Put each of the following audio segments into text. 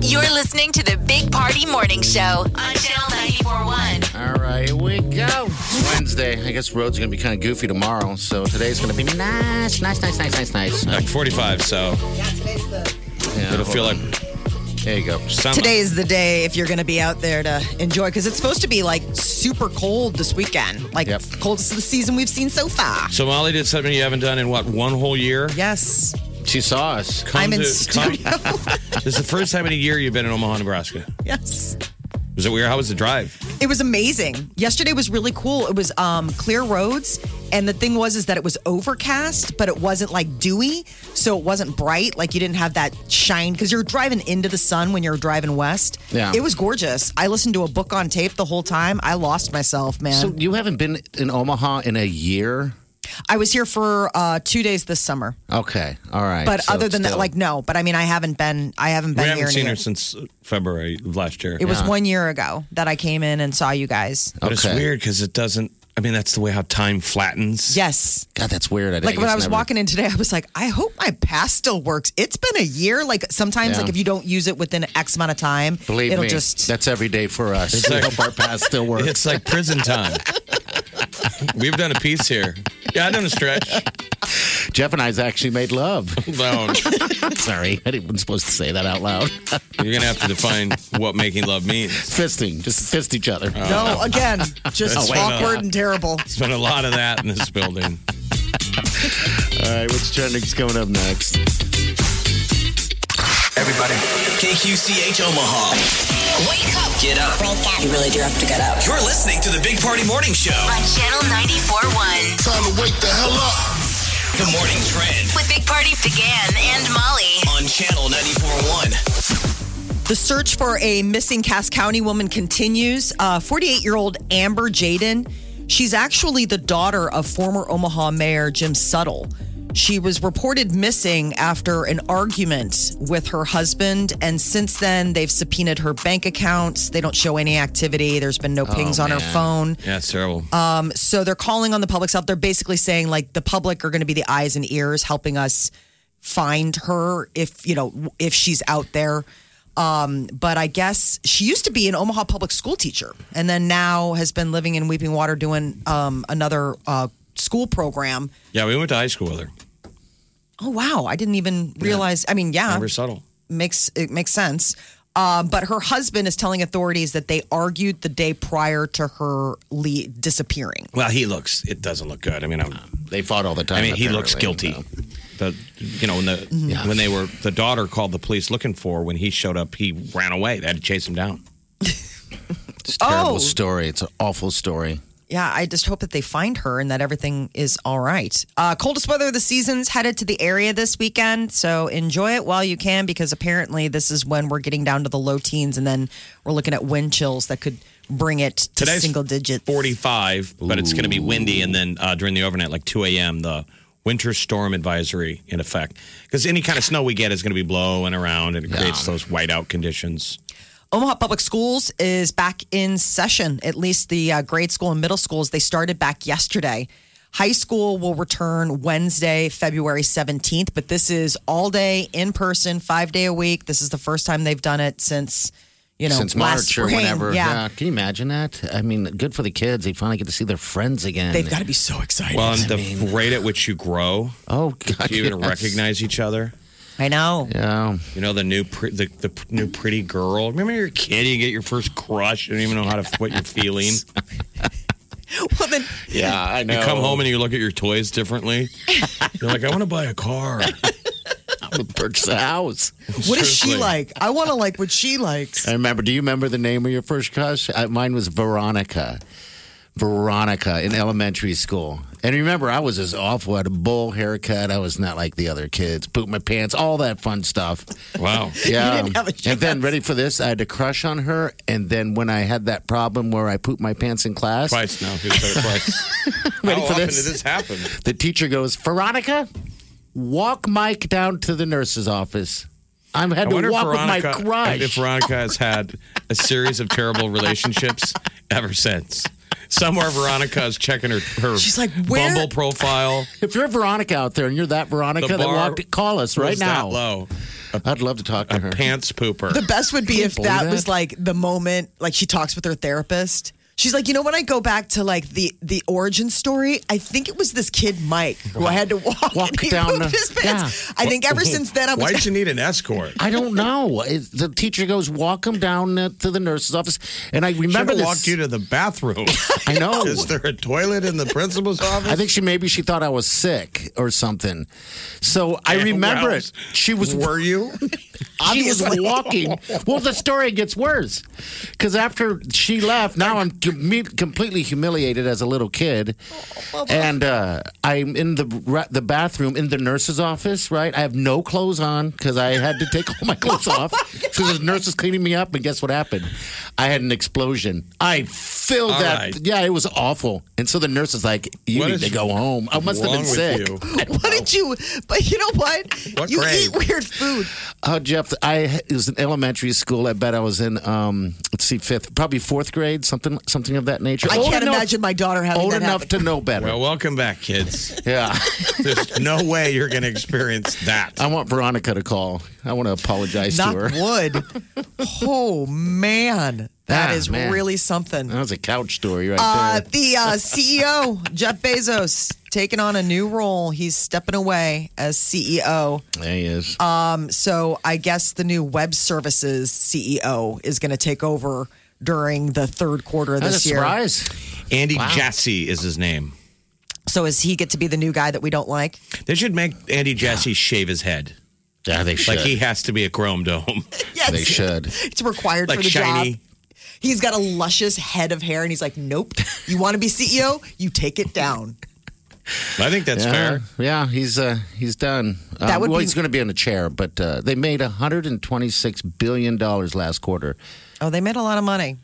You're listening to the Big Party Morning Show on Channel 941. All right, here we go. Wednesday. I guess roads are going to be kind of goofy tomorrow, so today's going to be nice, nice, nice, nice, nice, nice. Like 45, so Yeah, it'll hold feel like on. There you go. sound Today is the day if you're going to be out there to enjoy because it's supposed to be like super cold this weekend, like Yep. coldest of the season we've seen so far. So Molly did something you haven't done in what one whole year. Yes, She saw us. Come I'm in to- come- studio. this is the first time in a year you've been in Omaha, Nebraska. yes, Was it weird? How was the drive? it was amazing. Yesterday was really cool. It was um, clear roads, and the thing was is that it was overcast, but it wasn't like dewy, so it wasn't bright. Like you didn't have that shine because you're driving into the sun when you're driving west. Yeah. it was gorgeous. I listened to a book on tape the whole time. I lost myself, man. So you haven't been in Omaha in a year? I was here for uh, two days this summer. Okay, all right. But so other than that, still- like no. But I mean, I haven't been. I haven't We been here. haven't in a seen year. her since February of last year. It was one year ago that I came in and saw you guys. but it's Okay. weird because it doesn't. I mean, that's the way how time flattens. Yes. God, that's weird. I Like when guess I was never- walking in today, I was like, I hope my pass still works. It's been a year. Like sometimes, Yeah. like if you don't use it within X amount of time, Believe it'll me, just. that's every day for us. It's like- hope our past still works. It's like prison time. We've done a piece here. Yeah, I done a stretch. Jeff and I's actually made love. Well, Sorry, I didn't- wasn't supposed to say that out loud. you're gonna have to define uh, what making love means. Fisting, just fist each other. no, again, just Oh, wait, no. awkward and terrible. It's been a lot of that in this building. All right, what's trending's coming up next? Everybody. KQCH Omaha. Wake up Get up. You really do have to get up. You're listening to the Big Party Morning Show. on Channel 941 Time to wake the hell up. The morning trend with Big Party began and Molly. on Channel 94.1. The search for a missing Cass County woman continues. 48 year old Amber Jaden, she's actually the daughter of former Omaha Mayor Jim Suttle. She was reported missing after an argument with her husband, and since then they've subpoenaed her bank accounts. They don't show any activity. There's been no Oh, pings on her Oh, man. phone. Yeah, it's terrible. Um, So they're calling on the public's help. They're basically saying like the public are going to be the eyes and ears helping us find her if you know if she's out there. Um, but I guess she used to be an Omaha public school teacher, and then now has been living in Weeping Water doing um, another uh, school program. yeah, we went to high school with her. Oh wow, I didn't even realize. I mean, yeah, Amber Subtle. makes it makes sense. Um, but her husband is telling authorities that they argued the day prior to her le- disappearing. Well, he looks. It doesn't look good. I mean, I'm, They fought all the time. I mean, he looks apparently, uh, guilty. The, you know, when the when they were the daughter called the police looking for her, when he showed up, he ran away. They had to chase him down. It's a terrible Oh. story. It's an awful story. Yeah, I just hope that they find her and that everything is all right. Uh, coldest weather of the season's headed to the area this weekend, so enjoy it while you can because apparently this is when we're getting down to the low teens and then we're looking at wind chills that could bring it to Today's single digits. Forty five, but it's going to be windy, and then uh, during the overnight, like two a.m., the winter storm advisory in effect because any kind of snow we get is going to be blowing around, and it creates those whiteout conditions. Omaha Public Schools is back in session. At least the uh, grade school and middle schools they started back yesterday. High school will return Wednesday, February 17th, but this is all day in person, 5 day a week. This is the first time they've done it since you know Since last March or spring. whenever. Yeah. Can you imagine that? I mean, good for the kids. They finally get to see their friends again. They've got to be so excited. Well, and the rate at which you grow, oh, God. do you even yes. recognize each other? I know. Yeah. You know the new pre- the, the p- new pretty girl. Remember your kid? You get your first crush. You don't even know how to what you're feeling. Well, then Yeah, I know. You come home and you look at your toys differently. You're like, I want to buy a car. and purchase a house. what is she Seriously. like? I want to like what she likes. I remember. Do you remember the name of your first crush? Uh, mine was Veronica. Veronica in elementary school. And remember, I was as awful. I had a bowl haircut. I was not like the other kids. Poop my pants, all that fun stuff. Wow. Yeah. didn't have a and then, ready for this, I had a crush on her. And then, when I had that problem where I pooped my pants in class, Twice now. He's said it twice. Ready How for often this? did this happen? the teacher goes, Veronica, walk Mike down to the nurse's office. I'm had I to wonder if walk Veronica, with my crush. if Veronica has had a series of terrible relationships ever since. Somewhere Veronica is checking her, her She's like, where- Bumble profile. If you're Veronica out there and you're that Veronica The that bar walked, call us right was that now. low. I'd love to talk to her. Pants pooper. The best would be if believe that, that? was like the moment, like she talks with her therapist. She's like, you know, when I go back to like the the origin story, I think it was this kid Mike who I had to walk, Walk and he down pooped the- his pants. I think ever since then I was. Why'd you need an escort? I don't know. It- the teacher goes, walk him down uh, to the nurse's office. And I remember Should've this. walked you to the bathroom. I know. Is there a toilet in the principal's office? I think she maybe she thought I was sick or something. So I remember well, it. She was Were you? she was walking. Well, the story gets worse because after she left, now I'm com- completely humiliated as a little kid, and uh, I'm in the ra- the bathroom in the nurse's office. Right, I have no clothes on because I had to take all my clothes Oh off because the nurse is cleaning me up. And guess what happened? I had an explosion. I filled All that. right. Yeah, it was awful. And so the nurse is like, "You What need is to go home." I must have wrong been with sick. you? What did you? But you know what? What you grade? eat weird food. Oh, Jeff, I it was in elementary school. I bet I was in um, let's see, fifth, probably fourth grade, something, something of that nature. I Old can't enough- imagine my daughter having Old that enough happen. to know better. Well, welcome back, kids. yeah, There's no way you're going to experience that. I want Veronica to call. I want to apologize Knock to her. wood. oh man, Ah, that is man. really something. That was a couch story right Uh, there. the uh, CEO, Jeff Bezos, taking on a new role. He's stepping away as CEO. There he is. Um, So I guess the new web services CEO is going to take over during the third quarter of That's a this year. surprise. Andy Jassy is his name. So does he get to be the new guy that we don't like? They should make Andy Jassy shave his head. Yeah, they should. Like he has to be a chrome dome. Yes, they should. It's required Like for the shiny. job. He's got a luscious head of hair, and he's like, "Nope, you want to be CEO? You take it down." I think that's Yeah, fair. yeah, he's uh, he's done. Uh, That would well, be- he's going to be in a chair, but uh, they made 126 billion dollars last quarter. Oh, they made a lot of money.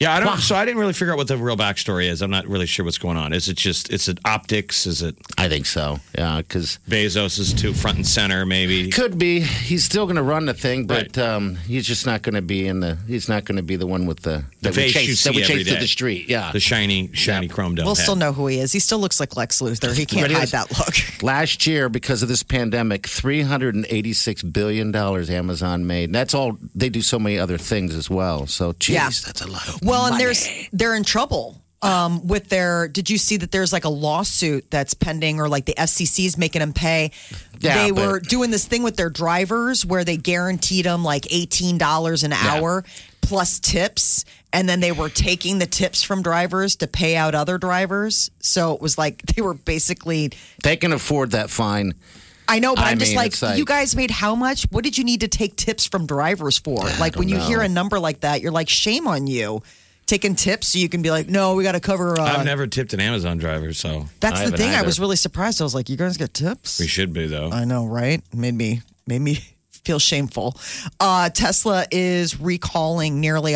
Yeah, I don't. So I didn't really figure out what the real backstory is. I'm not really sure what's going on. Is it just? Is it optics? Is it I think so. Yeah, because Bezos is too front and center? Maybe. Could be. He's still going to run the thing, but Right. um, he's just not going to be in the. He's not going to be the one with the The that we face chase, you that we see every chase through day. the street. Yeah. The shiny, shiny chrome dome. We'll head. still know who he is. He still looks like Lex Luthor. He can't Ready? hide that look. Last year, because of this pandemic, three hundred and eighty-six billion dollars Amazon made. And that's all. They do so many other things as well. So, geez, Yeah. that's a lot. Of Well, and there's they're in trouble um, with their. Did you see that there's like a lawsuit that's pending, or like the FCC is making them pay? Yeah, they but- were doing this thing with their drivers where they guaranteed them like eighteen dollars an hour plus tips, and then they were taking the tips from drivers to pay out other drivers. So it was like they were basically. they can afford that fine. I know, but I I'm just mean, like, it's like- you guys made how much? What did you need to take tips from drivers for? like when you hear a number like that, you're like, shame on you. Taking tips so you can be like, no, we got to cover. Uh, I've never tipped an Amazon driver, so that's I the haven't thing. I either. was really surprised. I was like, you guys get tips? we should be though. I know, right? Made me made me feel shameful. Uh, Tesla is recalling nearly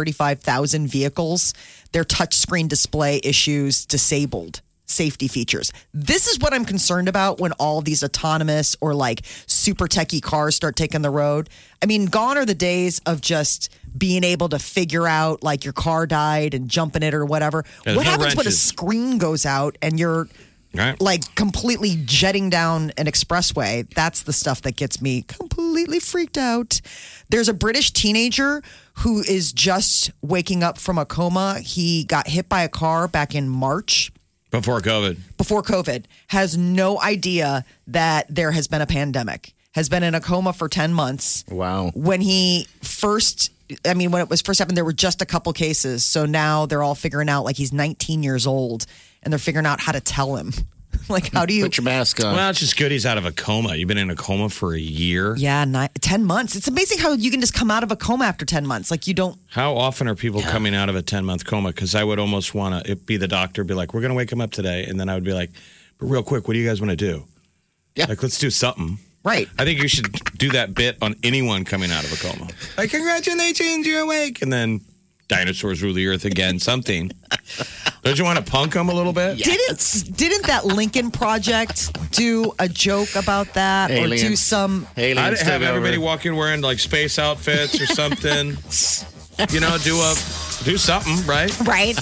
135,000 vehicles. Their touchscreen display issues disabled safety features. This is what I'm concerned about when all these autonomous or like super techie cars start taking the road. I mean, gone are the days of just being able to figure out like your car died and jumping it or whatever. Yeah, there's what no happens when a wrenches. screen goes out and you're Right. like completely jetting down an expressway. That's the stuff that gets me completely freaked out. There's a British teenager who is just waking up from a coma. He got hit by a car back in March Before COVID, before COVID, has no idea that there has been a pandemic, has been in a coma for 10 months Wow. when he first I mean, when it was first happened, there were just a couple cases. So now they're all figuring out like he's 19 years old and they're figuring out how to tell him like, how do you? Put your mask on. Well, it's just good he's out of a coma. You've been in a coma for a year. Yeah, nine, 10 months. It's amazing how you can just come out of a coma after 10 months. Like, you don't. How often are people coming out of a 10 month coma? Because I would almost want to be the doctor, be like, we're going to wake him up today. And then I would be like, but real quick, what do you guys want to do? Yeah. Like, let's do something. Right. I think you should do that bit on anyone coming out of a coma. Like, congratulations, you're awake. And then dinosaurs rule the earth again, something. Don't you want to punk them a little bit? Didn't didn't that Lincoln Project do a joke about that or do Aliens. some? I'd Aliens have took over. everybody walking wearing like space outfits or something. you know, do a do something, right? Right.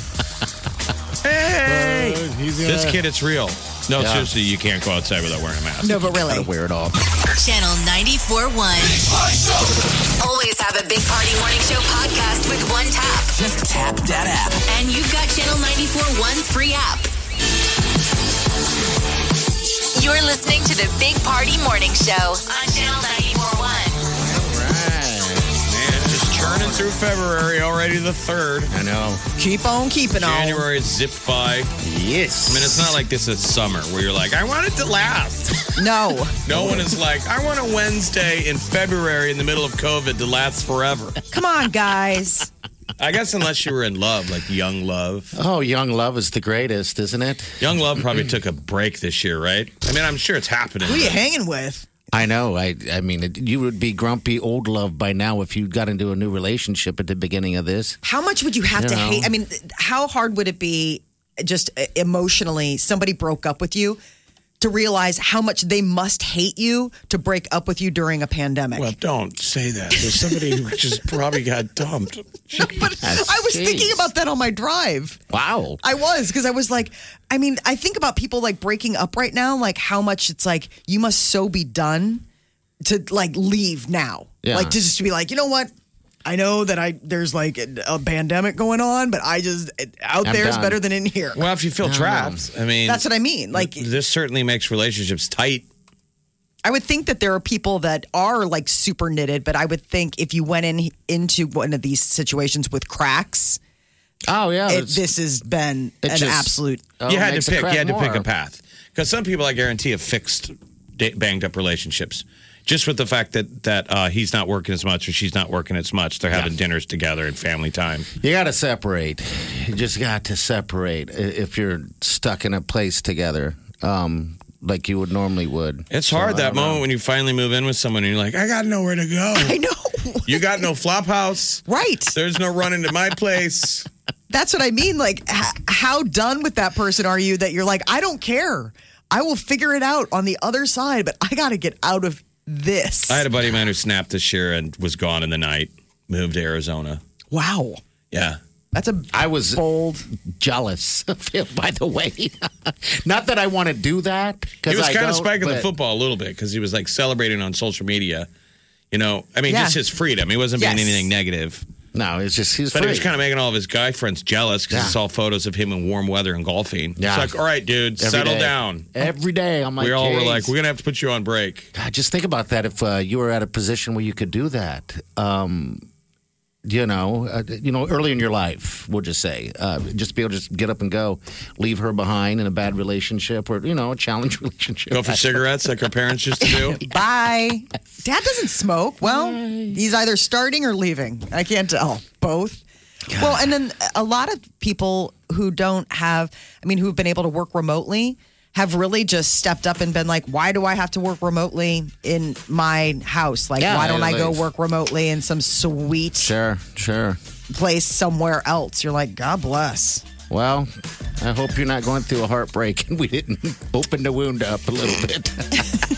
Hey, He's this gonna- kid, it's real. No, Yeah. seriously, you can't go outside without wearing a mask. No, but really. Wear it all. Channel 94.1. Always have a Big Party Morning Show podcast with one tap. Just tap that app. And you've got Channel 94.1's free app. You're listening to the Big Party Morning Show on Channel 94.1. Man, just churning through February already. The third I know. Keep on keeping on. January zipped by. Yes. I mean, it's not like this is summer where you're like, I want it to last. No. No one is like, I want a Wednesday in February in the middle of COVID to last forever. Come on, guys. I guess unless you were in love, like young love. Oh, young love is the greatest, isn't it? Young Love probably took a break this year, right? I mean, I'm sure it's happening. Who are you hanging with? I know. I I mean, it, you would be grumpy old love by now if you got into a new relationship at the beginning of this. How much would you have You to know. hate? I mean, how hard would it be just uh, emotionally somebody broke up with you to realize how much they must hate you to break up with you during a pandemic? Well, don't say that. There's somebody who just probably got dumped. but I was thinking Jeez. about that on my drive. Wow. I was because I was like, I mean, I think about people like breaking up right now, like how much it's like you must so be done to like leave now, Yeah. like to just be like, you know what? I know that I there's like a, a pandemic going on, but I just out I'm there is done. better than in here. Well, if you feel trapped, I mean, That's what I mean. Like, this certainly makes relationships tight. I would think that there are people that are like super knitted, but I would think if you went in into one of these situations with cracks, oh yeah. it, it's- this has been an it just- absolute. oh, you it had makes to the pick. crap You had to pick a more. path because some people, I guarantee, have fixed da- banged up relationships just with the fact that that uh, he's not working as much or she's not working as much. They're having dinners together and family time. You got to separate. You just got to separate i- if you're stuck in a place together, um, like you would normally would. It's hard that moment when you finally move in with someone and you're like, I got nowhere to go. I know, you got no flop house. right? There's no running to my place. That's what I mean. Like, h- how done with that person are you that you're like, I don't care. I will figure it out on the other side, but I got to get out of this. I had a buddy of mine who snapped this year and was gone in the night, moved to Arizona. wow. Yeah. That's a I was bold. jealous of him, by the way. Not that I want to do that. He was kind of spiking the football a little bit because he was like celebrating on social media. You know, I mean, Yeah. just his freedom. He wasn't Yes. being anything negative, No, it's just he's but he free. was kind of making all of his guy friends jealous because he Yeah. saw photos of him in warm weather and golfing. Yeah. It's like, all right, dude, Every settle day. down. Every day, I'm like, we all were "Jeez." like, we're going to have to put you on break. God, just think about that. If uh, you were at a position where you could do that, um, you know, uh, you know, early in your life, we'll just say, uh, just be able to just get up and go, leave her behind in a bad relationship or you know, a challenge relationship. Go for cigarettes like our parents used to do. Bye. Dad doesn't smoke. Well, he's either starting or leaving. I can't tell. Both. Well, and then a lot of people who don't have, I mean, who've been able to work remotely have really just stepped up and been like, why do I have to work remotely in my house? Like, Yeah, why don't I go leave. work remotely in some sweet Sure, sure. place somewhere else? You're like, God bless. Well, I hope you're not going through a heartbreak and we didn't open the wound up a little bit.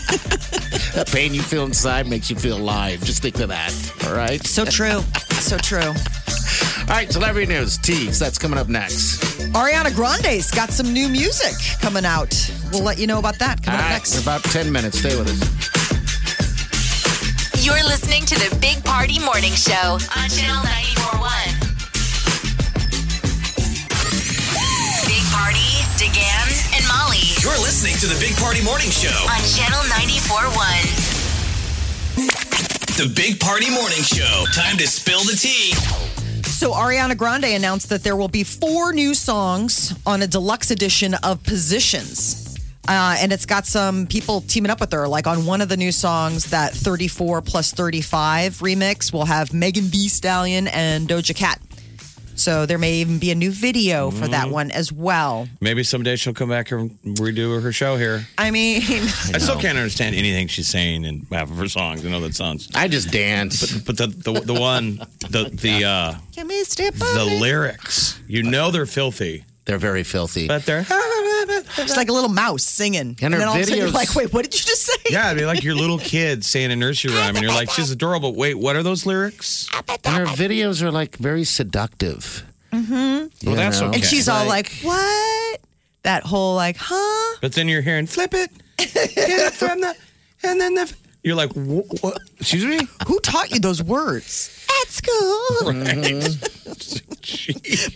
the pain you feel inside makes you feel alive. Just think of that. All right. So true. so true. All right. Celebrity news, tease. That's coming up next. Ariana Grande's got some new music coming out. We'll let you know about that All coming up right, next. in about ten minutes. Stay with us. You're listening to the Big Party Morning Show on Channel 94.1. Big Party, DeGan, and Molly You're listening to the Big Party Morning Show. on Channel 94.1. The Big Party Morning Show. Time to spill the tea. So Ariana Grande announced that there will be four new songs on a deluxe edition of Positions. Uh, and it's got some people teaming up with her. Like on one of the new songs, that 34 plus 35 remix will have Megan B. Stallion and Doja Cat. So there may even be a new video for Mm. that one as well. Maybe someday she'll come back and redo her show here. I mean, I, still can't understand anything she's saying in half of her songs. I know that sounds, I just dance. but the the, the one the the uh, can we step the on it? lyrics, you know they're filthy, They're very filthy. but they're It's like a little mouse singing. And her then all of a sudden you're videos- like, wait, what did you just say? yeah, it'd be like your little kid saying a nursery rhyme, and you're like, she's adorable. Wait, what are those lyrics? And her videos are like very seductive. Mm-hmm. Well, that's okay. And she's all Like- like, what? That whole like, huh? But then you're hearing flip it, get it from the, and then the. You're like, "Wha- what? Excuse me? Who taught you those words? At school.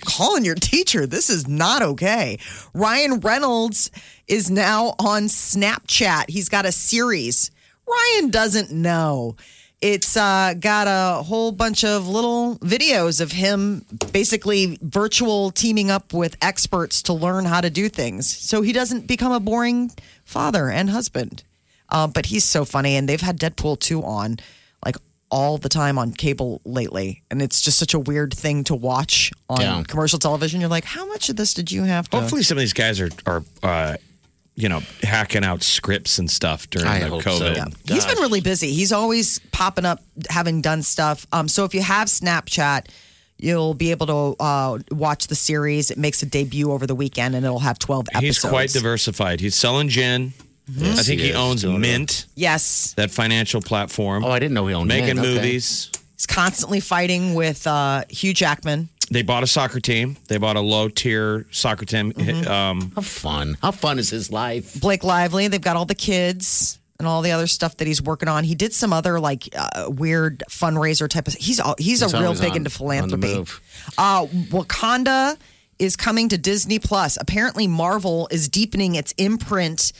Calling your teacher. This is not okay. Ryan Reynolds is now on Snapchat. He's got a series. Ryan doesn't know. It's uh, got a whole bunch of little videos of him basically virtual teaming up with experts to learn how to do things so he doesn't become a boring father and husband. Uh, but he's so funny, and they've had Deadpool 2 on like all the time on cable lately. And it's just such a weird thing to watch on Yeah. commercial television. You're like, how much of this did you have to? Hopefully, some of these guys are are uh, you know hacking out scripts and stuff during I the hope so. COVID. Yeah. He's been really busy. He's always popping up, having done stuff. Um, so if you have Snapchat, you'll be able to uh, watch the series. It makes a debut over the weekend, and it'll have twelve episodes. He's quite diversified. He's selling gin. I think he, he is. owns Totally. Mint, Yes, that financial platform. Oh, I didn't know he owned Making Mint. Okay. movies. he's constantly fighting with uh, Hugh Jackman. They bought a soccer team. They bought a low tier soccer team. Um, Mm-hmm. How fun. How fun is his life? Blake Lively. They've got all the kids and all the other stuff that he's working on. He did some other like uh, weird fundraiser type of. He's all, he's, He's a real always big on- into on the philanthropy. move. Uh, Wakanda is coming to Disney Plus. Apparently, Marvel is deepening its imprint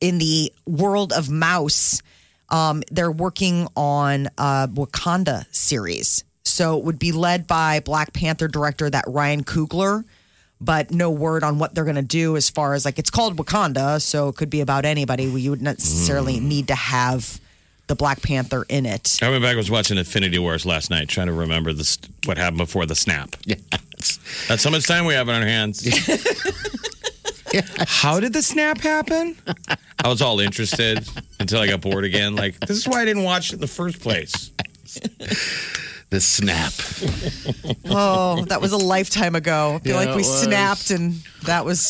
in the world of mouse. Um, they're working on a Wakanda series, so it would be led by Black Panther director that Ryan Coogler. But no word on what they're going to do as far as like it's called Wakanda, so it could be about anybody. You would not necessarily need to have the Black Panther in it. I went back and was watching Infinity Wars last night, trying to remember this what happened before the snap. Yes. That's how much time we have on our hands. How did the snap happen? I was all interested until I got bored again. Like, this is why I didn't watch it in the first place. The snap. Oh, that was a lifetime ago. I feel Yeah, like we it was. snapped and that was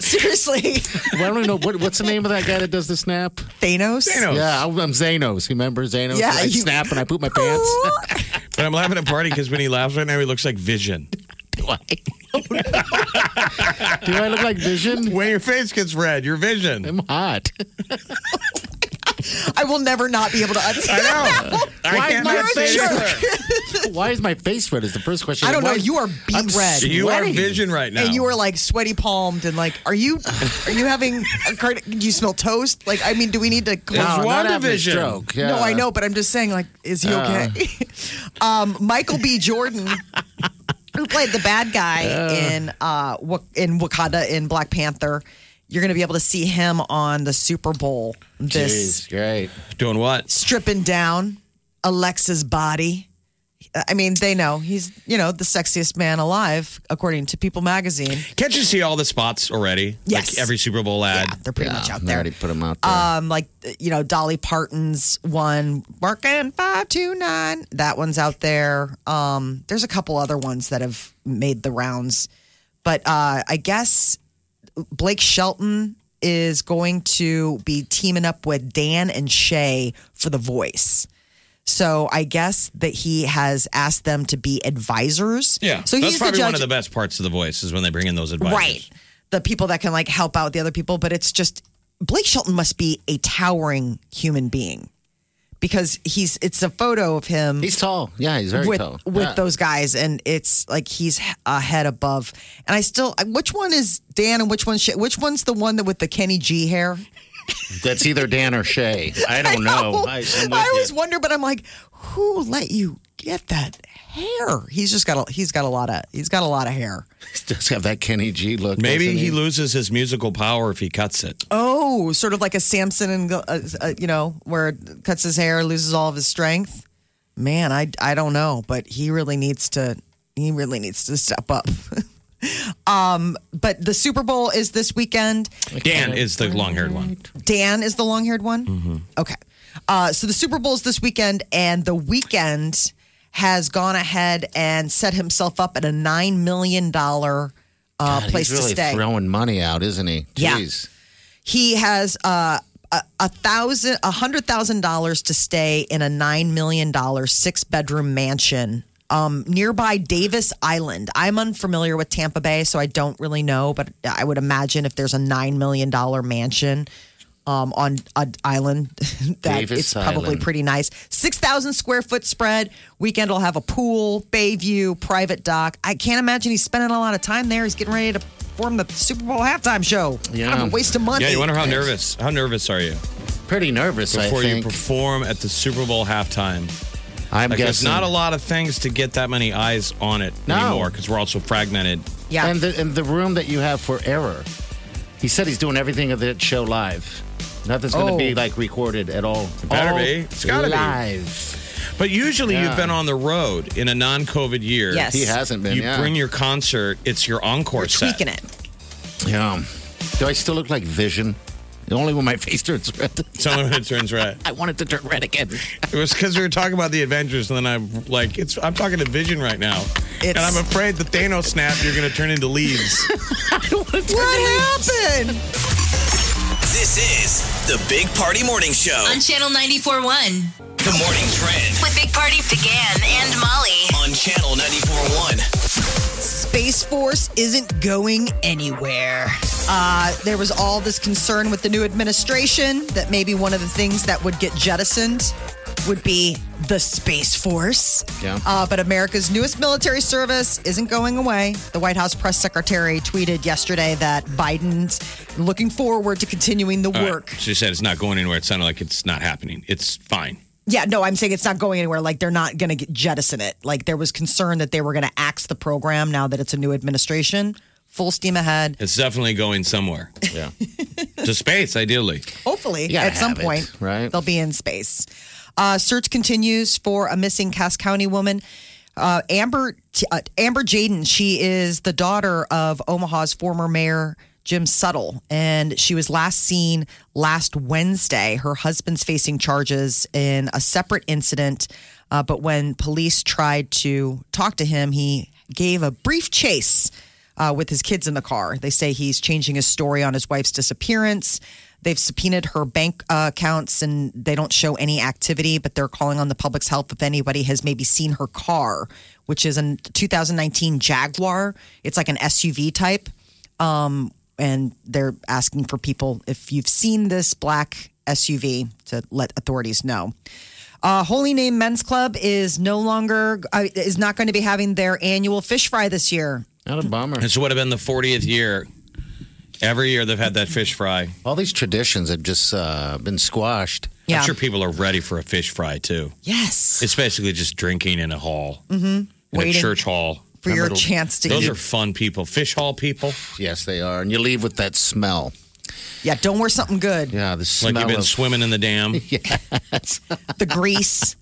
seriously Well, I don't know. What, what's the name of that guy that does the snap? Thanos. Thanos. Yeah, I'm I'm Zanos. Remember Zanos? Yeah, I you- snap and I poop my pants. But I'm laughing at Party because when he laughs right now, he looks like Vision. Do I look like Vision? When your face gets red, your Vision. I'm hot. I will never not be able to unsee that. know. I cannot you're a say jerk. it. Why is my face red? Is the first question. I don't know. Why- You are beat I'm red. You are sweating. Vision right now. And you were like sweaty palmed and like, are you are you having a card do you smell toast? Like I mean, do we need to call It's No, not WandaVision. having a stroke. Yeah. Uh. No, I know, but I'm just saying, like, is he okay? um, Michael B. Jordan, who played the bad guy in uh, Wak- in Wakanda in Black Panther, you're going to be able to see him on the Super Bowl. This Jeez, great. Doing what? stripping down Alexa's body. I mean, they know he's you know the sexiest man alive, according to People Magazine. Can't you see all the spots already? Yes. Like every Super Bowl ad. They're pretty much out They there. already put him out there. um, like you know Dolly Parton's one working five two nine. That one's out there. Um, there's a couple other ones that have made the rounds, but uh, I guess Blake Shelton is going to be teaming up with Dan and Shay for The Voice. So I guess that he has asked them to be advisors. Yeah. So that's he's the probably judge. one of the best parts of the voice is when they bring in those advisors. Right. The people that can like help out the other people, but it's just Blake Shelton must be a towering human being because he's it's a photo of him he's tall. Yeah, he's very with tall. with Yeah. those guys and it's like he's h- a head above. And I still which one is Dan and which one Shay? which one's the one that with the Kenny G hair? That's either Dan or Shay. I don't know. I, I, I'm with always you. wonder but I'm like who let you get that hair. He's just got a he's got a lot of he's got a lot of hair. Does have that Kenny G look? Maybe doesn't he loses his musical power if he cuts it. Oh, sort of like a Samson and uh, uh, you know where it cuts his hair, loses all of his strength. Man, I I don't know, but he really needs to he really needs to step up. um, but the Super Bowl is this weekend. Dan is the long haired one. Mm-hmm. Dan is the long haired one? Okay. Uh, so the Super Bowl's this weekend, and the weekend has gone ahead and set himself up at a $9 million uh, God, place he's really to stay. throwing money out, isn't he? Yeah. Jeez. he has uh, a, a thousand, a hundred thousand dollars to stay in a nine million dollar six bedroom mansion um, nearby Davis Island. I'm unfamiliar with Tampa Bay, so I don't really know, but I would imagine if there's a nine million dollar mansion. Um, on an island that Davis it's probably Island. pretty nice. 6,000 square foot spread. Weekend will have a pool, bay view, private dock. I can't imagine he's spending a lot of time there. He's getting ready to form the Super Bowl halftime show. Yeah. Kind of a waste of money. Yeah, you wonder how nervous. How nervous are you Pretty nervous, I before you think. perform at the Super Bowl halftime? I'm Like, there's guessing. not a lot of things to get that many eyes on it No. anymore because we're all so fragmented. Yeah. And the, and the room that you have for error. He said he's doing everything of that show live. Nothing's going to Oh. be like recorded at all. better All be. It's gotta be. live. But usually Yeah. you've been on the road in a non COVID year. Yes. He hasn't been. You yeah. bring your concert, it's your encore set. tweaking it. yeah. Do I still look like Vision? Only when my face turns red. Someone who turns red. I want it to turn red again. It was because we were talking about the Avengers, and then I'm like, it's I'm talking to Vision right now, and It's- I'm afraid the Thanos snap, you're going to turn into leaves. What happened? This is the Big Party Morning Show. On Channel 94.1 The morning trend with Big Party began and Molly. on Channel 94.1. Space Force isn't going anywhere. Uh, there was all this concern with the new administration that maybe one of the things that would get jettisoned would be the Space Force. Yeah. Uh, but America's newest military service isn't going away. The White House press secretary tweeted yesterday that Biden's looking forward to continuing the work. She said it's not going anywhere. It sounded like it's not happening. It's fine. Yeah, no, I'm saying it's not going anywhere. Like they're not going to jettison it. Like there was concern that they were going to axe the program now that it's a new administration. Full steam ahead. It's definitely going somewhere Yeah. to space, ideally. Hopefully, gotta at some have it, point, right? they'll be in space. Uh, search continues for a missing Cass County woman. Uh, Amber uh, Amber Jaden, she is the daughter of Omaha's former mayor Jim Suttle, and she was last seen last Wednesday. Her husband's facing charges in a separate incident, uh, but when police tried to talk to him, he gave a brief chase uh, with his kids in the car. They say he's changing his story on his wife's disappearance. They've subpoenaed her bank uh, accounts and they don't show any activity, but they're calling on the public's help if anybody has maybe seen her car, which is a 2019 Jaguar. It's like an SUV type. Um, and they're asking for people if you've seen this black SUV to let authorities know. Uh, Holy Name Men's Club is no longer uh, is not going to be having their annual fish fry this year. Not a bummer. This would have been the 40th year. Every year they've had that fish fry. All these traditions have just uh, been squashed. Yeah. I'm sure people are ready for a fish fry too. Yes. It's basically just drinking in a hall, mm-hmm. in Waiting a church hall. for your chance to Those eat. are fun people. Fish hall people. Yes, they are. And you leave with that smell. yeah, don't wear something good. Yeah, the Like smell you've been of swimming in the dam. The grease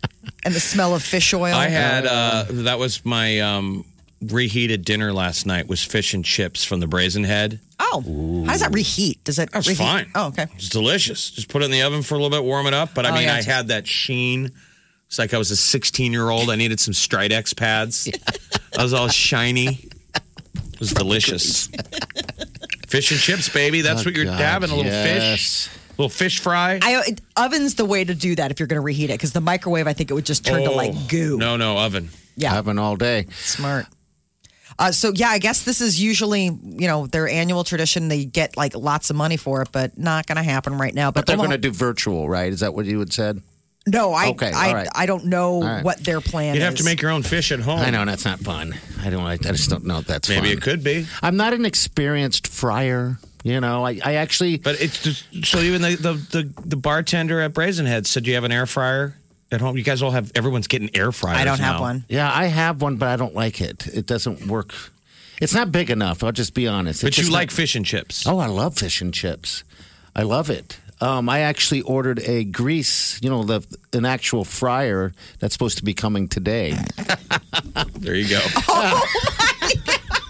and the smell of fish oil. I had uh, that was my um, reheated dinner last night was fish and chips from the Brazen Head. oh, how does that reheat? Does it? That's reheat? fine. Oh, okay. It's delicious. Just put it in the oven for a little bit, warm it up. But I Oh, mean, yeah. I had that sheen. It's like I was a 16 year old. I needed some Stridex pads. I was all shiny. It was delicious. Fish and chips, baby. That's Oh, what you're God, having. A little yes. fish, little fish fry. I it, oven's the way to do that if you're going to reheat it because the microwave I think it would just turn to Oh, like goo. No, no, oven. Yeah. having all day. Smart. Uh, so yeah, I guess this is usually you know their annual tradition. They get like lots of money for it, but not going to happen right now. But they're Omaha- going to do virtual, right? Is that what you had said? No, I Okay, I, all right. I don't know right. what their plan. You'd is. have to make your own fish at home. I know that's not fun. I don't. I just don't know if that's Maybe fun. it could be. I'm not an experienced fryer. You know, I, I actually But it's just, so even the, the the the bartender at Brazen Head said you have an air fryer, at home? You guys all have everyone's getting air fryers. I don't have now. one. Yeah, I have one, but I don't like it. It doesn't work. It's not big enough. I'll just be honest. But It's you just like not- fish and chips. Oh, I love fish and chips. I love it. Um, I actually ordered a grease, you know, the an actual fryer that's supposed to be coming today. There you go. I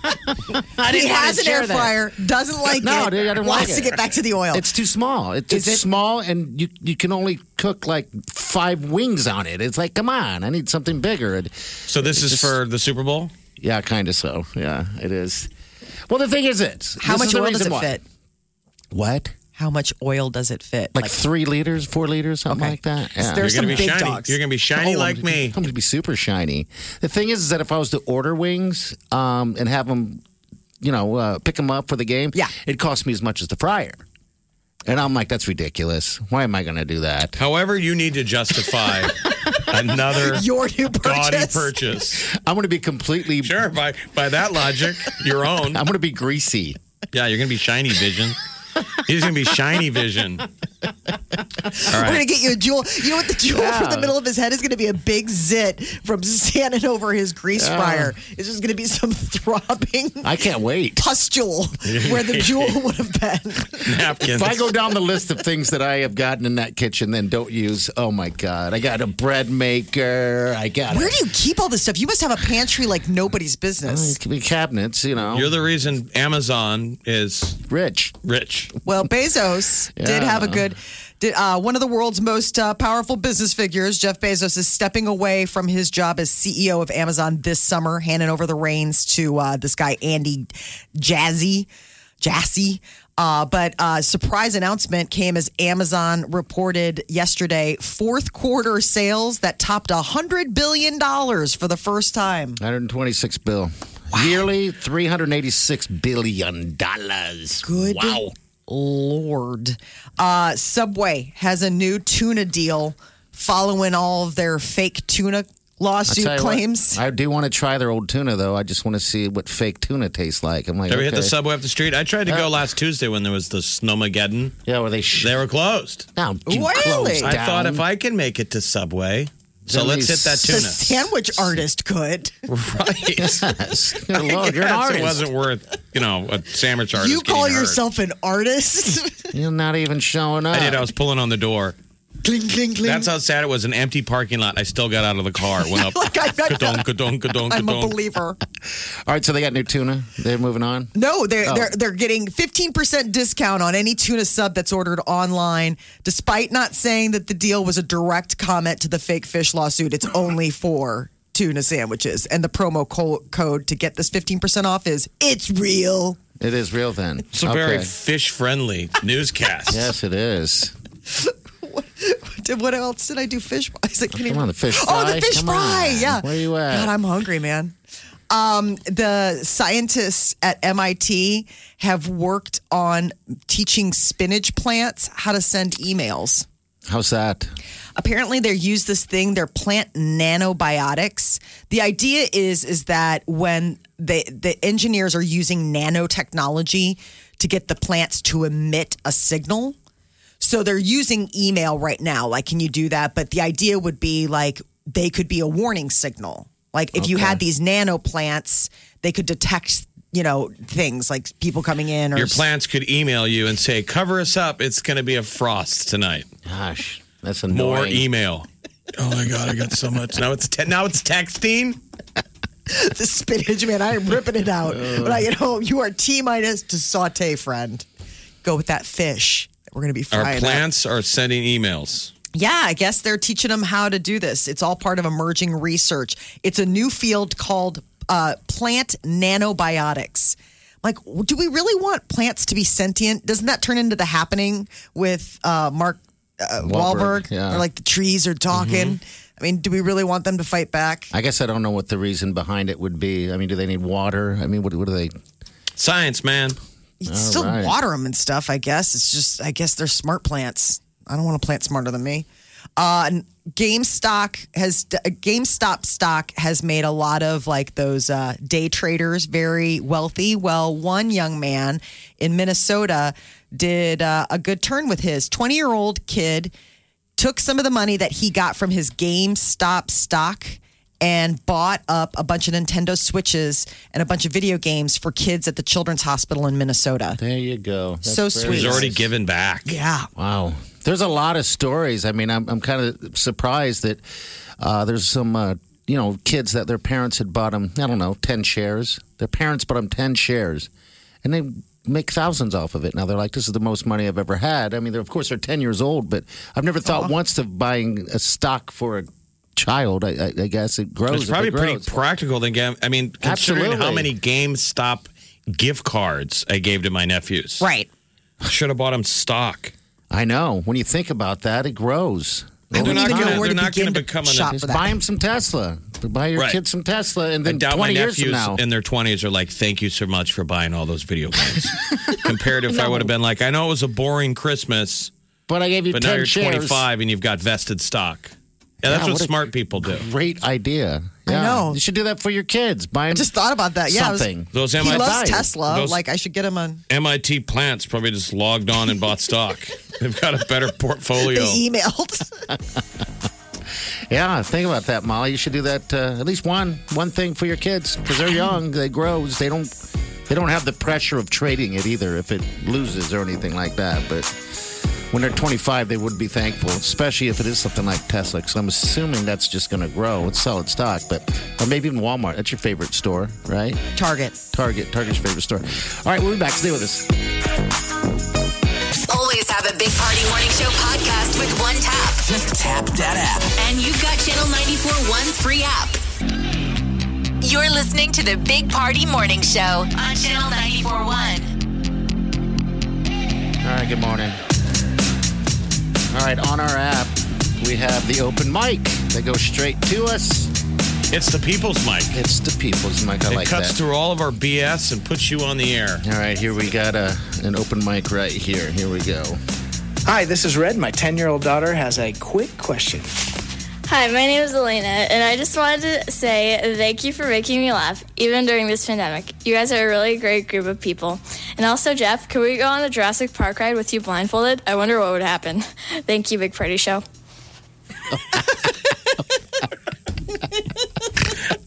He didn't wanna has an share air that. fryer, doesn't like No, it. dude, I didn't wants like to it. get back to the oil. It's too small. It's, Is it's it- small, and you you can only cook like five wings on it. It's like, come on, I need something bigger. And, So this is for the Super Bowl. yeah, kind of so. Yeah, it is. Well, the thing is, it. How this much is the oil does reason it why- fit? What? How much oil does it fit? Like, three liters, four liters, something Okay. like that. Is there- Yeah. There's You're gonna some be big shiny. dogs. You're gonna be shiny Oh, like I'm- me. I'm going to be super shiny. The thing is, is that if I was to order wings um, and have them, you know, uh, pick them up for the game, Yeah. it costs me as much as the fryer. And I'm like, that's ridiculous. Why am I going to do that? However, you need to justify another your new gaudy purchase. purchase. I'm going to be completely. Sure, by by that logic, your own. I'm going to be greasy. Yeah, you're gonna be shiny vision. He's gonna be shiny vision. We're gonna get you a jewel. You know what? The jewel from the middle of his head is gonna be a big zit from standing over his grease fryer. It's just gonna be some throbbing I can't wait. pustule where the jewel would have been. If Napkins. I go down the list of things that I have gotten in that kitchen, then don't use. Oh my God! I got a bread maker. I got Where do you keep all this stuff? You must have a pantry like nobody's business. Oh, you- cabinets. You know, You're the reason Amazon is rich. rich. Well, Bezos did have a good. Did, uh, one of the world's most uh, powerful business figures, Jeff Bezos, is stepping away from his job as CEO of Amazon this summer, handing over the reins to uh, this guy Andy Jazzy, Jassy. Uh, but uh, surprise announcement came as Amazon reported yesterday fourth quarter sales that topped hundred billion dollars for the first time. 126 bill. Yearly, 386 billion dollars. Good Wow. Lord. Uh, Subway has a new tuna deal following all of their fake tuna I'll tell lawsuit you what, claims. I do want to try their old tuna though. I just want to see what fake tuna tastes like. I'm like, Have you hit okay. Uh, the subway up the street? I tried to go last Tuesday when there was the Snowmageddon. Yeah, were they? Sh- They were closed. now, you Really? closed I thought down. if I can make it to Subway, so Then let's they hit that the tuna. sandwich artist could. right. Yes. Good Lord, you're an Yes, artist. It wasn't worth, you know, a sandwich artist. you call getting hurt. yourself an artist? You're not even showing up. I did. I was pulling on the door. cling, cling, cling. That's how sad it was. An empty parking lot. I still got out of the car. Went up. Like, I'm not- Ka-dunk, ka-dunk, ka-dunk, I'm a ka-dunk. believer. All right, so they got new tuna. They're moving on. Oh, No, they're, they're Oh. they're getting 15% discount on any tuna sub that's ordered online, despite not saying that the deal was a direct comment to the fake fish lawsuit. It's only for tuna sandwiches. And the promo co- code to get this 15% off is it's real. It is real then. It's a very Okay. fish friendly newscast. yes, it is. Did- What else did I do? Fish fry. Is it, can you- Come on, the fish Oh, fry. the fish Come fry. on. Yeah. Where you at? God, I'm hungry, man. Um, the scientists at MIT have worked on teaching spinach plants how to send emails. How's that? apparently they use this thing they're plant nanobiotics the idea is is that when they, the engineers are using nanotechnology to get the plants to emit a signal so they're using email right now like can you do that but the idea would be like they could be a warning signal like if you had these nano plants they could detect you know things like people coming in or Your plants could email you and say, cover us up. It's going to be a frost tonight. Gosh, that's annoying. More email. Oh my God, I got so much. Now it's te- now it's texting. the spinach, man. I am ripping it out. But I, you know, you are T minus to saute, friend. Go with that fish. that We're going to be Our frying. up. plants are sending emails. Yeah, I guess they're teaching them how to do this. It's all part of emerging research. It's a new field called uh, plant nanobiotics. Like, do we really want plants to be sentient? Doesn't that turn into the happening with uh, Mark uh, Wahlberg? Wahlberg, yeah. Or like the trees are talking. I mean, do we really want them to fight back? I guess I don't know what the reason behind it would be. I mean, do they need water? I mean, what, what do they? Science, man. You still water 'em right. water them and stuff, I guess. It's just, I guess they're smart plants. I don't want to plant smarter than me. Uh, and GameStop has uh, GameStop stock has made a lot of like those uh, day traders very wealthy. Well, one young man in Minnesota did uh, a good turn with his 20 year old kid took some of the money that he got from his GameStop stock and bought up a bunch of Nintendo Switches and a bunch of video games for kids at the Children's Hospital in Minnesota. There you go. So very sweet. He's already nice. given back. Yeah. Wow. There's a lot of stories. I mean, I'm, I'm kind of surprised that uh, there's some, uh, you know, kids that their parents had bought them, I don't know, 10 shares. Their parents bought them 10 shares and they make thousands off of it. Now they're like, this is the most money I've ever had. I mean, they're, of course, they're 10 years old, but I've never thought Uh-huh. once of buying a stock for a child. I, I, I guess it grows. It's if probably it pretty grows. practical. Then ga- I mean, considering how Absolutely. many GameStop gift cards I gave to my nephews, Right. Should have bought them stock. I know. When you think about that, it grows. I They're don't not even gonna- know where to they're not begin gonna to become an- shop Just for buy that. them some Tesla. Buy your Right. kids some Tesla, and I then doubt my 20 years nephews from now. in their twenties are like, "Thank you so much for buying all those video games." Compared to if I would have been like, "I know it was a boring Christmas, But I gave you but now 10 you're shares. 25 and you've got vested stock." Yeah, that's Yeah, what, what a- smart people do. Great idea. I Yeah. know. You should do that for your kids. Buy them Just thought about that. Yeah. I was- something. Those he MIT, loves died. Tesla. Those- like I should get him on MIT plants probably just logged on and bought stock. They've got a better portfolio. E They emailed. yeah, think about that, Molly. You should do that uh, at least one one thing for your kids because they're young. They grows. They don't they don't have the pressure of trading it either if it loses or anything like that. But when they're 25, they would be thankful, especially if it is something like Tesla. Because I'm assuming that's just going to grow. It's solid stock, but or maybe even Walmart. That's your favorite store, right? Target. Target, Target's your favorite store. All right, we'll be back. Stay with us. Always have a Big Party Morning Show podcast with one tap. Just tap that app. And you've got Channel 94.1's free app. You're listening to the Big Party Morning Show on Channel 94.1. All right, good morning. All right, on our app, we have the open mic that goes straight to us. It's the people's mic. It's the people's mic. I It like cuts that. through all of our BS and puts you on the air. All right, here we got a, an open mic right here. Here we go. Hi, this is Red. My 10 year old daughter has a quick question. Hi, my name is Elena, and I just wanted to say thank you for making me laugh, even during this pandemic. You guys are a really great group of people. And also, Jeff, could we go on the Jurassic Park ride with you blindfolded? I wonder what would happen. Thank you, Big Party Show.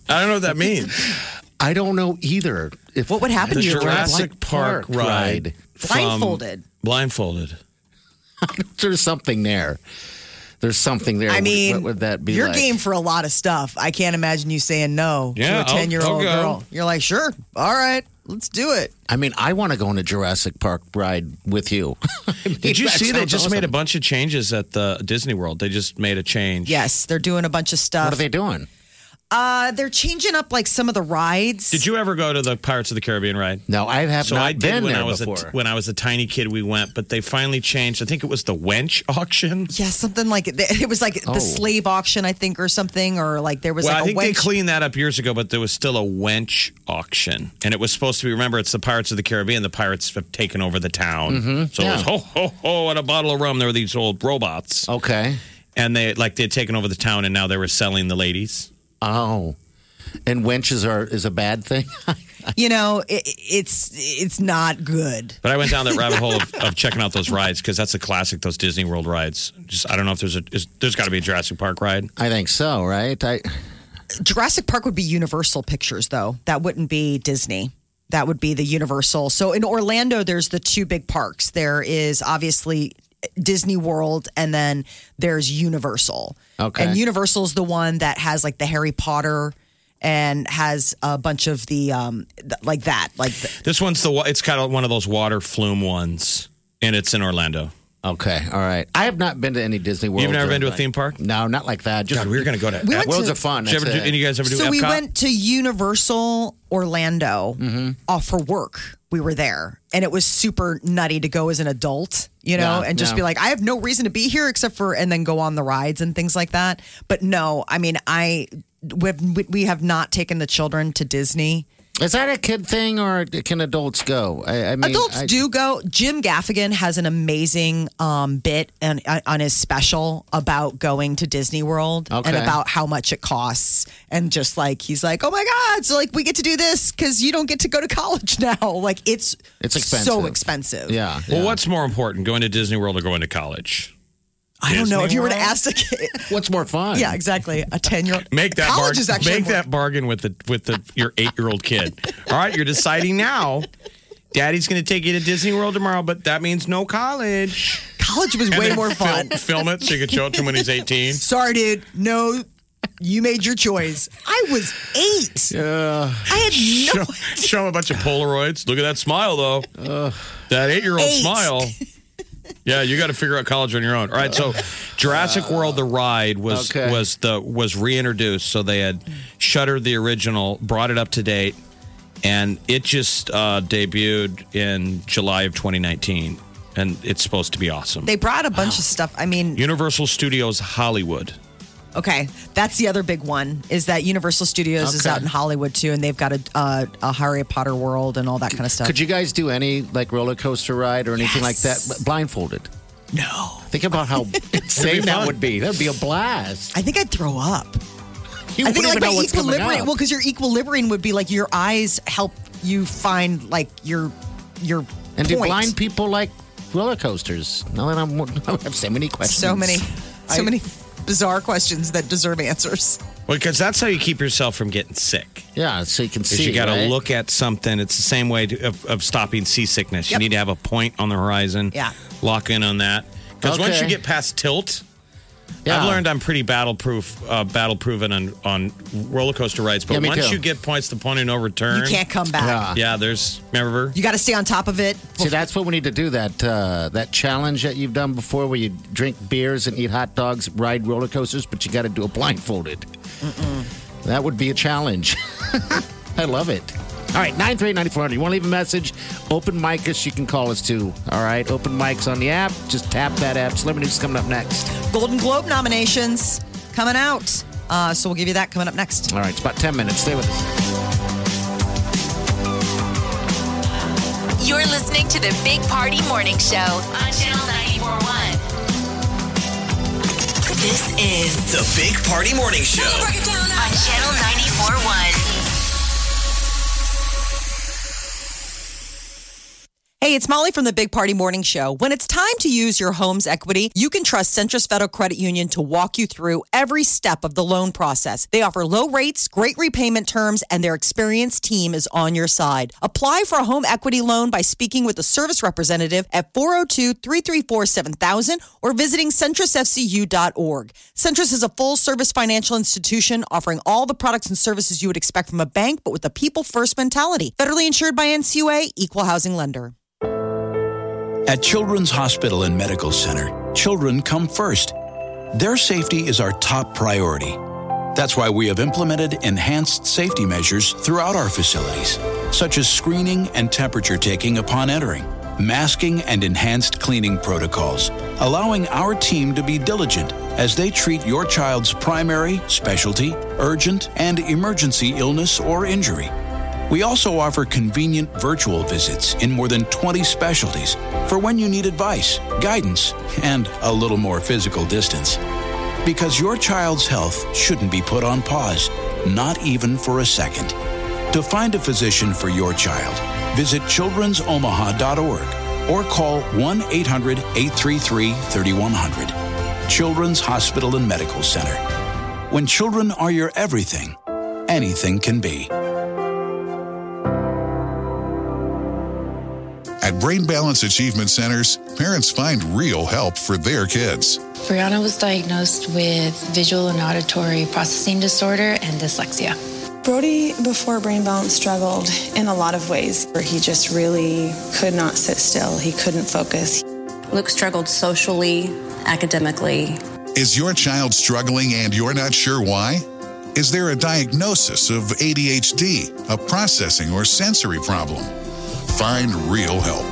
I don't know what that means. I don't know either. If What would happen The to you? Jurassic Park, ride. from- Blindfolded. Blindfolded. There's something there. There's something there. I What- mean, what would that be? You're like? game for a lot of stuff. I can't imagine you saying no Yeah, to a I'll- 10 year old I'll go. girl. You're like, sure, all right, let's do it. I mean, I want to go on a Jurassic Park ride with you. Did you see they just made a bunch of changes at the Disney World? They just made a change. Yes, they're doing a bunch of What stuff. are they doing? uh, they're changing up like some of the rides. Did you ever go to the Pirates of the Caribbean ride? No, I have So not I did been when there I was before. A, when I was a tiny kid. We went, but they finally changed. I think it was the wench auction. yeah, something like it was like Oh. the slave auction, I think, or something, or like there was Well, like I think a they wench. cleaned that up years ago, but there was still a wench auction, and it was supposed to be. Remember, it's the Pirates of the Caribbean. The pirates have taken over the town, Mm-hmm. so it was ho ho ho and a bottle of rum. There were these old robots, Okay. and they like they had taken over the town, and now they were selling the ladies. Oh. And wenches are is a bad thing. you know, it, it's it's not good. But I went down that rabbit hole of, of checking out those rides because that's a classic. Those Disney World rides. Just I don't know if there's a is, there's got to be a Jurassic Park ride. I think so, right? I Jurassic Park would be Universal Pictures, though. That wouldn't be Disney. That would be the Universal. So in Orlando, there's the two big parks. There is obviously Disney World, and then there's Universal. Okay. And Universal's the one that has like the Harry Potter and has a bunch of the um th- like that like the, This one's the wa- it's kind of one of those water flume ones, and it's in Orlando. okay, all right. I have not been to any Disney World. You've never or been to a anything. theme park? No, not like that. Just God, we were gonna go to. We Epcot. went worlds to- of fun. Did you That's ever do, it. and you guys ever do so Epcot? we went to Universal Orlando Mm-hmm. uh, for work. We were there, and it was super nutty to go as an adult, you know, Yeah, and just be yeah. like, I have no reason to be here except for, and then go on the rides and things like that. But no, I mean, I we've, we have not taken the children to Disney. Is that a kid thing or can adults go? I, I mean, Adults I- do go. Jim Gaffigan has an amazing um, bit on, on his special about going to Disney World and Okay. about how much it costs. And just like, he's like, oh my God, so like we get to do this because you don't get to go to college now. Like it's, It's so expensive. expensive. Yeah. Well, yeah. what's more important, going to Disney World or going to college? I don't know. Disney If you were to World? ask a kid, What's more fun? yeah, exactly. A ten year old Make that college bargain. is actually make more- that bargain with the with the your eight year old kid. All right, you're deciding now. Daddy's going to take you to Disney World tomorrow, but that means no college. college was And way then more fun. Film, film it so you can show it to him when he's 18. Sorry, dude. No, you made your choice. I was eight. I had no. Show, show him a bunch of Polaroids. Look at that smile, though. that eight year old Eight. smile. Yeah, you got to figure out college on your own. All right, so Uh, Jurassic World: The Ride was Okay. was the was reintroduced. So they had shuttered the original, brought it up to date, and it just uh, debuted in July of 2019, and it's supposed to be awesome. They brought a bunch of stuff. I mean, Universal Studios Hollywood. okay, that's the other big one is that Universal Studios is Okay. out in Hollywood too, and they've got a uh, a Harry Potter world and all that kind of stuff. Could you guys do any like roller coaster ride or anything like that but blindfolded? No, Think about how insane that fun. would be. That'd be a blast. I think I'd throw up. You I think like wouldn't even know my what's coming equilibrium. up. Well, because your equilibrium would be like your eyes help you find like your your and do point. blind people like roller coasters? Now that I'm, I have so many questions. so many so I- many bizarre questions that deserve answers. Well, because that's how you keep yourself from getting sick. Yeah, so you can is see. you got to right? look at something. It's the same way to, of, of stopping seasickness. You Yep. need to have a point on the horizon. Yeah. Lock in on that. Because once you Okay. get past tilt, Yeah. I've learned I'm pretty battle proof, uh, battle proven on, on roller coaster rides. But Yeah, me once too. you get points, the point of no return. You can't come back. Yeah. Yeah, there's, remember? You got to stay on top of it. See, that's what we need to do. That uh, that challenge that you've done before, where you drink beers and eat hot dogs, ride roller coasters, but you got to do it blindfolded. That would be a challenge. I love it. All right, 938-9400. You want to leave a message? Open mic us. You can call us too. All right, open mics on the app. Just tap that app. Celebrity News coming up next. Golden Globe nominations coming out. Uh, so we'll give you that coming up next. All right, it's about 10 minutes. Stay with us. You're listening to the Big Party Morning Show on Channel 941. This is The Big Party Morning Show. Break It Down On Channel 941. Hey, it's Molly from the Big Party Morning Show. When it's time to use your home's equity, you can trust Centris Federal Credit Union to walk you through every step of the loan process. They offer low rates, great repayment terms, and their experienced team is on your side. Apply for a home equity loan by speaking with a service representative at 402-334-7000 or visiting centrisfcu.org. Centris is a full-service financial institution offering all the products and services you would expect from a bank but with a people-first mentality. Federally insured by NCUA, equal housing lender. At Children's Hospital and Medical Center, children come first. Their safety is our top priority. That's why we have implemented enhanced safety measures throughout our facilities, such as screening and temperature taking upon entering, masking and enhanced cleaning protocols, allowing our team to be diligent as they treat your child's primary, specialty, urgent, and emergency illness or injury. We also offer convenient virtual visits in more than 20 specialties for when you need advice, guidance, and a little more physical distance. Because your child's health shouldn't be put on pause, not even for a second. To find a physician for your child, visit children'somaha.org or call 1 800 833 3100. Children's Hospital and Medical Center. When children are your everything, anything can be. At Brain Balance Achievement Centers, parents find real help for their kids. Brianna was diagnosed with visual and auditory processing disorder and dyslexia. Brody, before Brain Balance, struggled in a lot of ways where he just really could not sit still. He couldn't focus. Luke struggled socially, academically. Is your child struggling and you're not sure why? Is there a diagnosis of ADHD, a processing or sensory problem? Find real help.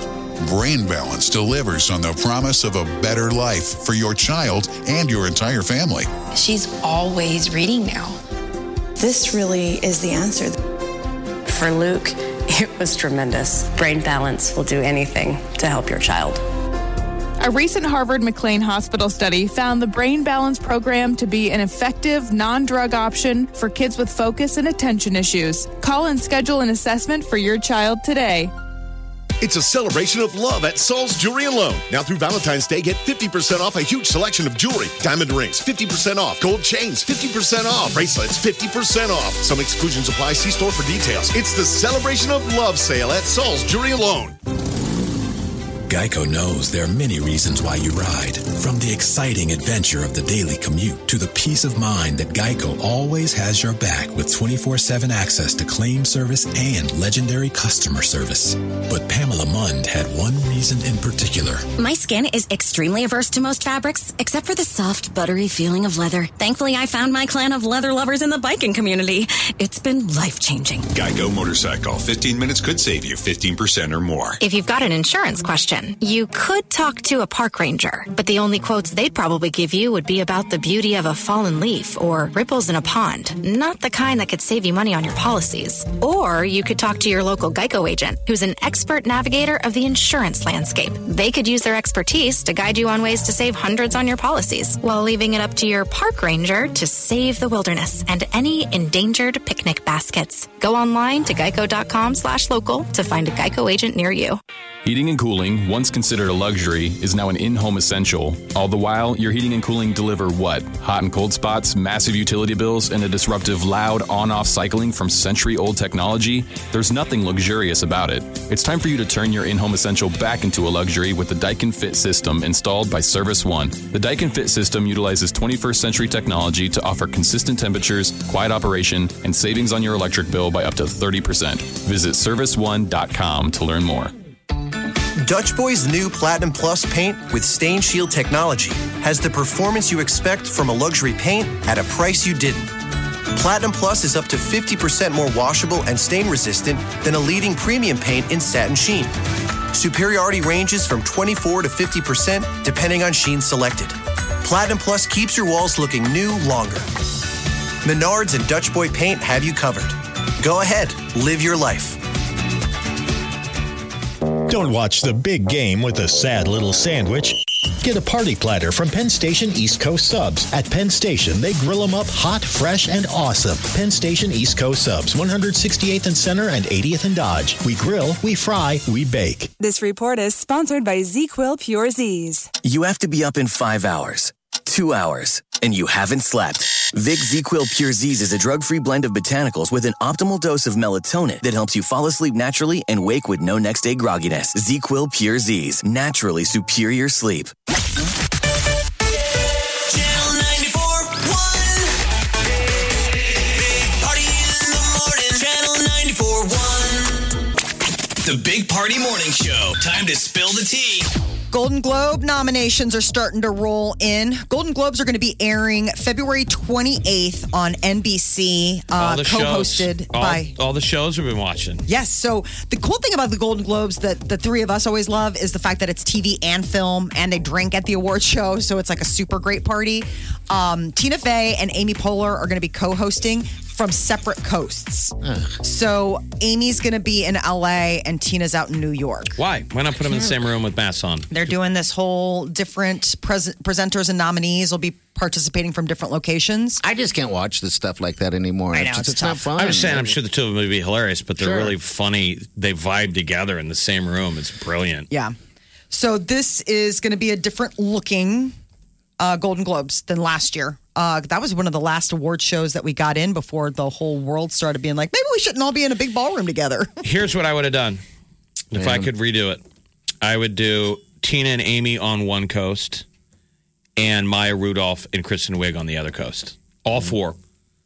Brain Balance delivers on the promise of a better life for your child and your entire family. She's always reading now. This really is the answer. For Luke, it was tremendous. Brain balance will do anything to help your child. A recent Harvard McLean Hospital study found the Brain Balance Program to be an effective, non drug option for kids with focus and attention issues. Call and schedule an assessment for your child today. It's a celebration of love at Saul's Jewelry Alone. Now through Valentine's Day, get 50% off a huge selection of jewelry. Diamond rings, 50% off. Gold chains, 50% off. Bracelets, 50% off. Some exclusions apply. See store for details. It's the celebration of love sale at Saul's Jewelry Alone. Geico knows there are many reasons why you ride. From the exciting adventure of the daily commute to the peace of mind that Geico always has your back with 24 7 access to claim service and legendary customer service. But Pamela Mund had one reason in particular. My skin is extremely averse to most fabrics, except for the soft, buttery feeling of leather. Thankfully, I found my clan of leather lovers in the biking community. It's been life changing. Geico Motorcycle. 15 minutes could save you 15% or more. If you've got an insurance question, you could talk to a park ranger, but the only quotes they'd probably give you would be about the beauty of a fallen leaf or ripples in a pond, not the kind that could save you money on your policies. Or you could talk to your local Geico agent, who's an expert navigator of the insurance landscape. They could use their expertise to guide you on ways to save hundreds on your policies, while leaving it up to your park ranger to save the wilderness and any endangered picnic baskets. Go online to geico.com slash local to find a Geico agent near you. Heating and cooling, once considered a luxury, is now an in home essential. All the while, your heating and cooling deliver what? Hot and cold spots, massive utility bills, and a disruptive loud on off cycling from century old technology? There's nothing luxurious about it. It's time for you to turn your in home essential back into a luxury with the Daikin Fit system installed by Service One. The Daikin Fit system utilizes 21st century technology to offer consistent temperatures, quiet operation, and savings on your electric bill by up to 30%. Visit serviceone.com to learn more. Dutch Boy's new Platinum Plus paint with stain shield technology has the performance you expect from a luxury paint at a price you didn't. Platinum Plus is up to 50% more washable and stain resistant than a leading premium paint in satin sheen. Superiority ranges from 24 to 50% depending on sheen selected. Platinum Plus keeps your walls looking new longer. Menards and Dutch Boy paint have you covered. Go ahead, live your life. Don't watch the big game with a sad little sandwich. Get a party platter from Penn Station East Coast Subs. At Penn Station, they grill them up hot, fresh, and awesome. Penn Station East Coast Subs, 168th and Center and 80th and Dodge. We grill, we fry, we bake. This report is sponsored by ZQuil Pure Z's. You have to be up in five hours, two hours, and you haven't slept. Vic ZQuil Pure Z's is a drug free blend of botanicals with an optimal dose of melatonin that helps you fall asleep naturally and wake with no next day grogginess. ZQuil Pure Z's, naturally superior sleep. Channel 94.1. Big Party in the morning. Channel 94.1. The Big Party Morning Show. Time to spill the tea. Golden Globe nominations are starting to roll in. Golden Globes are going to be airing February 28th on NBC, all uh, the co-hosted shows, all, by. all the shows we've been watching. Yes, so the cool thing about the Golden Globes that the three of us always love is the fact that it's TV and film, and they drink at the award show, so it's like a super great party. Um, Tina Fey and Amy Poehler are going to be co-hosting from separate coasts. So Amy's going to be in LA, and Tina's out in New York. Why? Why not put them in the same room with masks on? They're doing this whole different pres- presenters and nominees will be participating from different locations. I just can't watch this stuff like that anymore. I know, it's, it's not tough. fun. I'm just saying, I'm sure the two of them would be hilarious, but they're Sure. really funny. They vibe together in the same room. It's brilliant. Yeah. So this is going to be a different looking uh, Golden Globes than last year. Uh, that was one of the last award shows that we got in before the whole world started being like, maybe we shouldn't all be in a big ballroom together. Here's what I would have done if I could redo it. I would do Tina and Amy on one coast, and Maya Rudolph and Kristen Wiig on the other coast. All four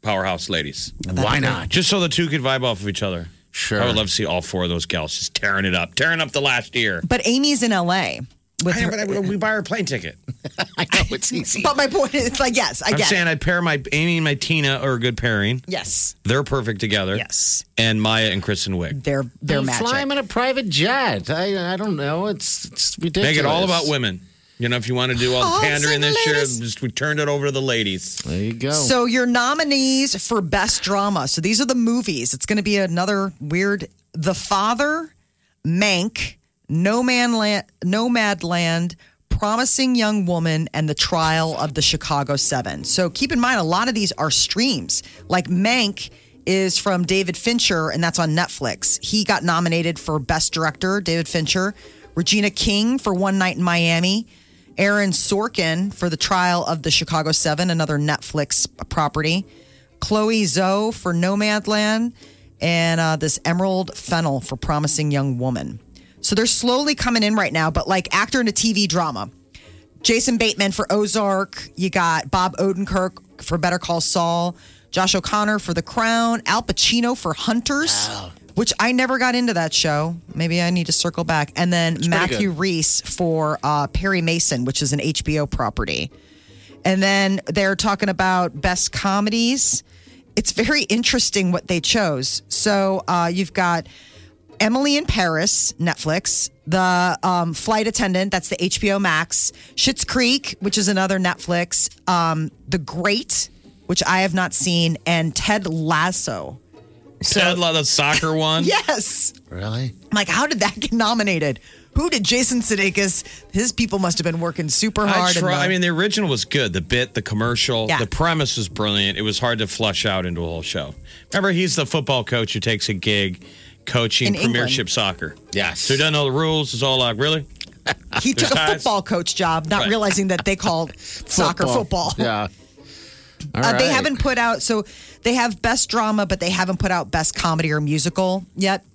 powerhouse ladies. Why not? Just so the two could vibe off of each other. Sure. I would love to see all four of those gals just tearing it up, tearing up the last year. But Amy's in LA. With I know, but I, we buy her a plane ticket. I know it's easy. But my point is, like, yes, I am get it. saying I'd pair my Amy and my Tina are a good pairing. Yes. They're perfect together. Yes. And Maya and Kristen Wiig. They're They're fly him in a private jet. I, I don't know. It's, it's ridiculous. Make it all about women. You know, if you want to do all Oh, the pandering sing the this year, just we turned it over to the ladies. There you go. So your nominees for best drama. So these are the movies. It's going to be another weird The Father, Mank, No Man Land, Nomad Land, Promising Young Woman, and The Trial of the Chicago Seven. So keep in mind, a lot of these are streams. Like Mank is from David Fincher, and that's on Netflix. He got nominated for Best Director, David Fincher, Regina King for One Night in Miami, Aaron Sorkin for The Trial of the Chicago Seven, another Netflix property, Chloe Zoe for Nomadland, and uh, this Emerald Fennel for Promising Young Woman. So they're slowly coming in right now, but like actor in a TV drama. Jason Bateman for Ozark. You got Bob Odenkirk for Better Call Saul. Josh O'Connor for The Crown. Al Pacino for Hunters, which I never got into that show. Maybe I need to circle back. And then pretty Matthew good. Reese for uh, Perry Mason, which is an HBO property. And then they're talking about best comedies. It's very interesting what they chose. So uh, you've got Emily in Paris, Netflix. The um, Flight Attendant, that's the HBO Max. Schitt's Creek, which is another Netflix. Um, the Great, which I have not seen, and Ted Lasso. Ted Lasso, the soccer one. Yes. Really? I'm like, how did that get nominated? Who did Jason Sudeikis? His people must have been working super I, hard. and try, the- I mean, the original was good. The bit, the commercial, Yeah. the premise was brilliant. It was hard to flush out into a whole show. Remember, he's the football coach who takes a gig coaching In England. Premiership soccer. Yes. So he doesn't know the rules. It's all like, really? he There's took a ties? football coach job, not Right. realizing that they called soccer football. Yeah. All Uh, They right. haven't put out, so they have best drama, but they haven't put out best comedy or musical yet.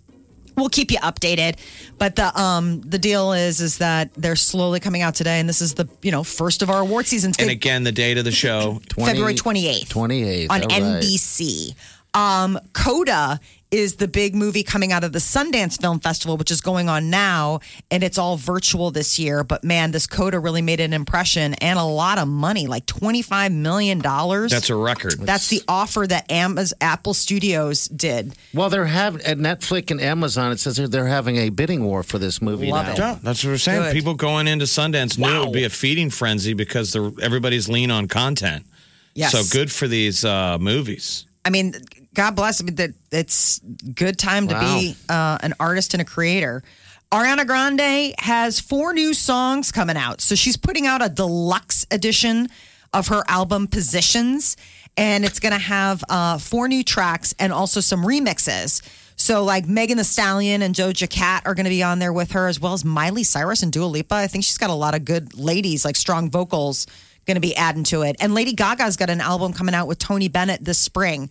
We'll keep you updated, but the um the deal is is that they're slowly coming out today, and this is the you know first of our award seasons. And again, the date of the show February 28th. 28th. on all right. NBC. Um, Coda is the big movie coming out of the Sundance Film Festival, which is going on now, and it's all virtual this year. But man, this Coda really made an impression and a lot of money, like twenty-five million dollars. That's a record. That's the offer that Amaz- Apple Studios did. Well, they're have at Netflix and Amazon. It says they're- they're having a bidding war for this movie Love now. it. Yeah, that's what we're saying. Good. People going into Sundance knew it would be a feeding frenzy because they're, everybody's lean on content. Yes. So good for these uh, movies. I mean, God bless. I mean, that it's good time to be uh, an artist and a creator. Ariana Grande has four new songs coming out, so she's putting out a deluxe edition of her album Positions, and it's going to have uh, four new tracks and also some remixes. So, like Megan The Stallion and Joja Cat are going to be on there with her, as well as Miley Cyrus and Dua Lipa. I think she's got a lot of good ladies, like strong vocals, going to be adding to it. And Lady Gaga's got an album coming out with Tony Bennett this spring.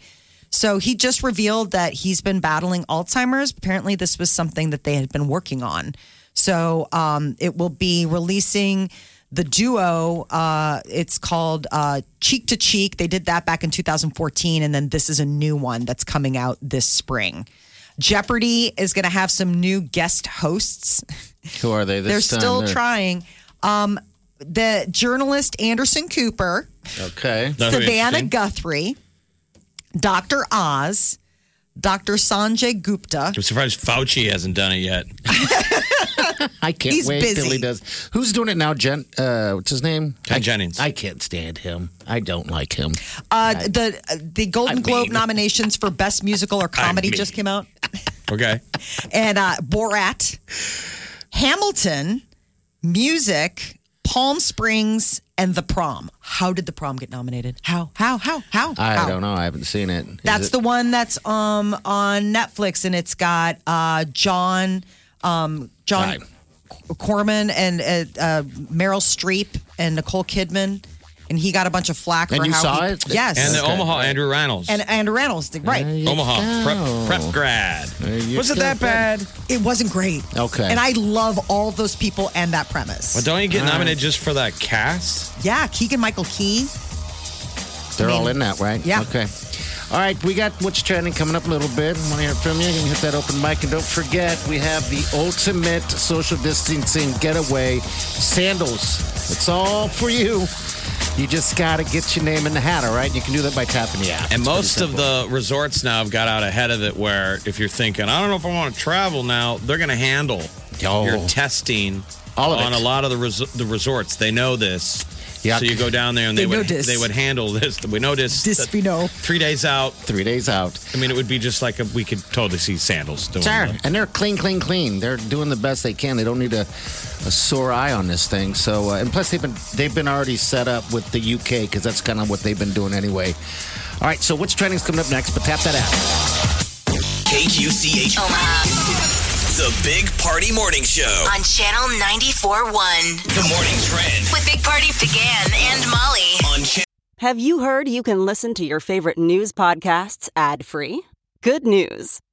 So he just revealed that he's been battling Alzheimer's. Apparently, this was something that they had been working on. So um, it will be releasing the duo. Uh, it's called uh, Cheek to Cheek. They did that back in 2014. And then this is a new one that's coming out this spring. Jeopardy is going to have some new guest hosts. Who are they? This They're time? still trying. Um, the journalist Anderson Cooper. Okay. Savannah Guthrie, Dr. Oz, Dr. Sanjay Gupta. I'm surprised Fauci hasn't done it yet. I can't He's wait till busy. he does. Who's doing it now? Jen, uh, what's his name? Ken Jennings. I can't stand him. I don't like him. Uh, the the Golden I Globe mean- nominations for Best Musical or Comedy mean. just came out, Okay. and uh, Borat, Hamilton, Music, Palm Springs, and The Prom. How did The Prom get nominated? How how how how? I how? don't know. I haven't seen it. Is Oh. That's it- the one that's um on Netflix, and it's got uh John um John Right. C- Corman and uh, uh, Meryl Streep and Nicole Kidman, and he got a bunch of flack And for you how saw he, it? Yes, And the Omaha Andrew Reynolds. and uh, Andrew Reynolds, right? Omaha prep, prep grad. Was it that bad? It wasn't great. Okay. and I love all those people and that premise. Well, don't you get nominated just for that cast? Yeah, Keegan Michael Key. They're I mean- all in that, right? Yeah. Okay. All right, we got what's trending coming up a little bit. Want to hear from you? You can hit that open mic, and don't forget we have the ultimate social distancing getaway sandals. It's all for you. You just got to get your name in the hat, all right? You can do that by tapping the app. And most of the resorts now have got out ahead of it where if you're thinking, I don't know if I want to travel now, they're going to handle your testing All of on it. a lot of the, res- the resorts. They know this. Yeah. So you go down there and they, They would know this. they would handle this. We know this. This we know. Three days out. Three days out. I mean, it would be just like a, we could totally see sandals doing Sure. that. And they're clean, clean, clean. They're doing the best they can. They don't need a, a sore eye on this thing. So, uh, and plus they've been they've been already set up with the UK because that's kind of what they've been doing anyway. All right, so what's trending's coming up next? But tap that app. KQCH The Big Party Morning Show. on Channel 94.1. The Morning Trend With Big Party began and Molly. on Channel Have you heard you can listen to your favorite news podcasts ad free? Good news!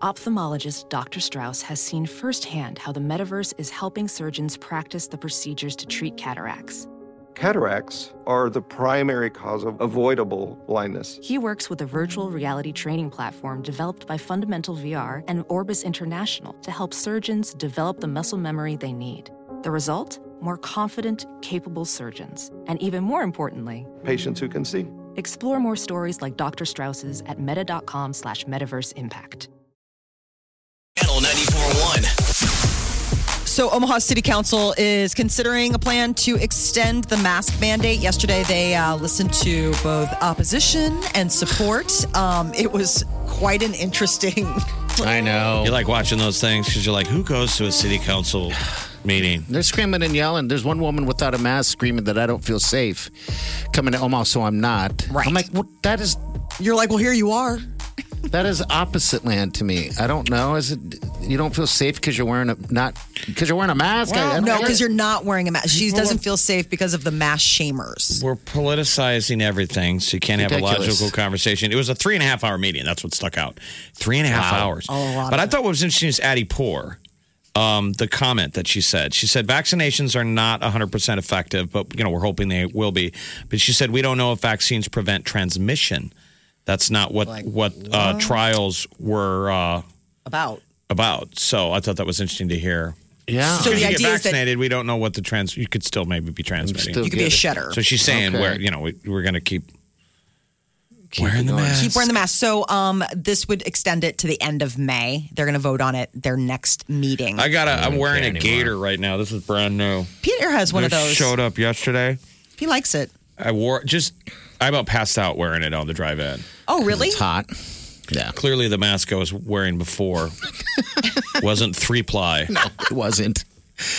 Ophthalmologist Dr. Strauss has seen firsthand how the metaverse is helping surgeons practice the procedures to treat cataracts. Cataracts are the primary cause of avoidable blindness. He works with a virtual reality training platform developed by Fundamental VR and Orbis International to help surgeons develop the muscle memory they need. The result? More confident, capable surgeons. And even more importantly, Patients who can see. explore more stories like Dr. Strauss's at meta.com slash metaverse impact. So, Omaha City Council is considering a plan to extend the mask mandate. Yesterday, they uh, listened to both opposition and support. Um, it was quite an interesting. I know. You like watching those things because you're like, who goes to a city council meeting? They're screaming and yelling. There's one woman without a mask screaming that I don't feel safe coming to Omaha, so I'm not. Right. I'm like, well, that is. You're like, well, here you are. That is opposite land to me. I don't know. Is it you don't feel safe because you're wearing a not because you're wearing a mask? I- I don't no, get because it. you're not wearing a mask. She Well, doesn't feel safe because of the mask shamers. We're politicizing everything, so you can't have a Ridiculous. logical conversation. It was a three and a half hour meeting. That's what stuck out. Three and a half Wow. Oh, hours. A lot but of I thought what was interesting is Addie Poor, um, the comment that she said. She said vaccinations are not 100% effective, but you know we're hoping they will be. But she said we don't know if vaccines prevent transmission. That's not what what uh, trials were uh, about. About. So I thought that was interesting to hear. Yeah. So Because the you idea get is that- vaccinated, we don't know what the trans. You could still maybe be transmitting. You could be a shedder. So she's saying Okay. where you know we, we're going to keep, wearing the mask. Keep wearing the mask. So, um, this would extend it to the end of May. They're going to vote on it their next meeting. I got. to I'm wearing a gator right now. This is brand new. Peter has one of This those. Showed up yesterday. He likes it. I wore just. I about passed out wearing it on the drive-in. Oh, really? It's hot. Yeah. Clearly, the mask I was wearing before wasn't three ply. No, it wasn't.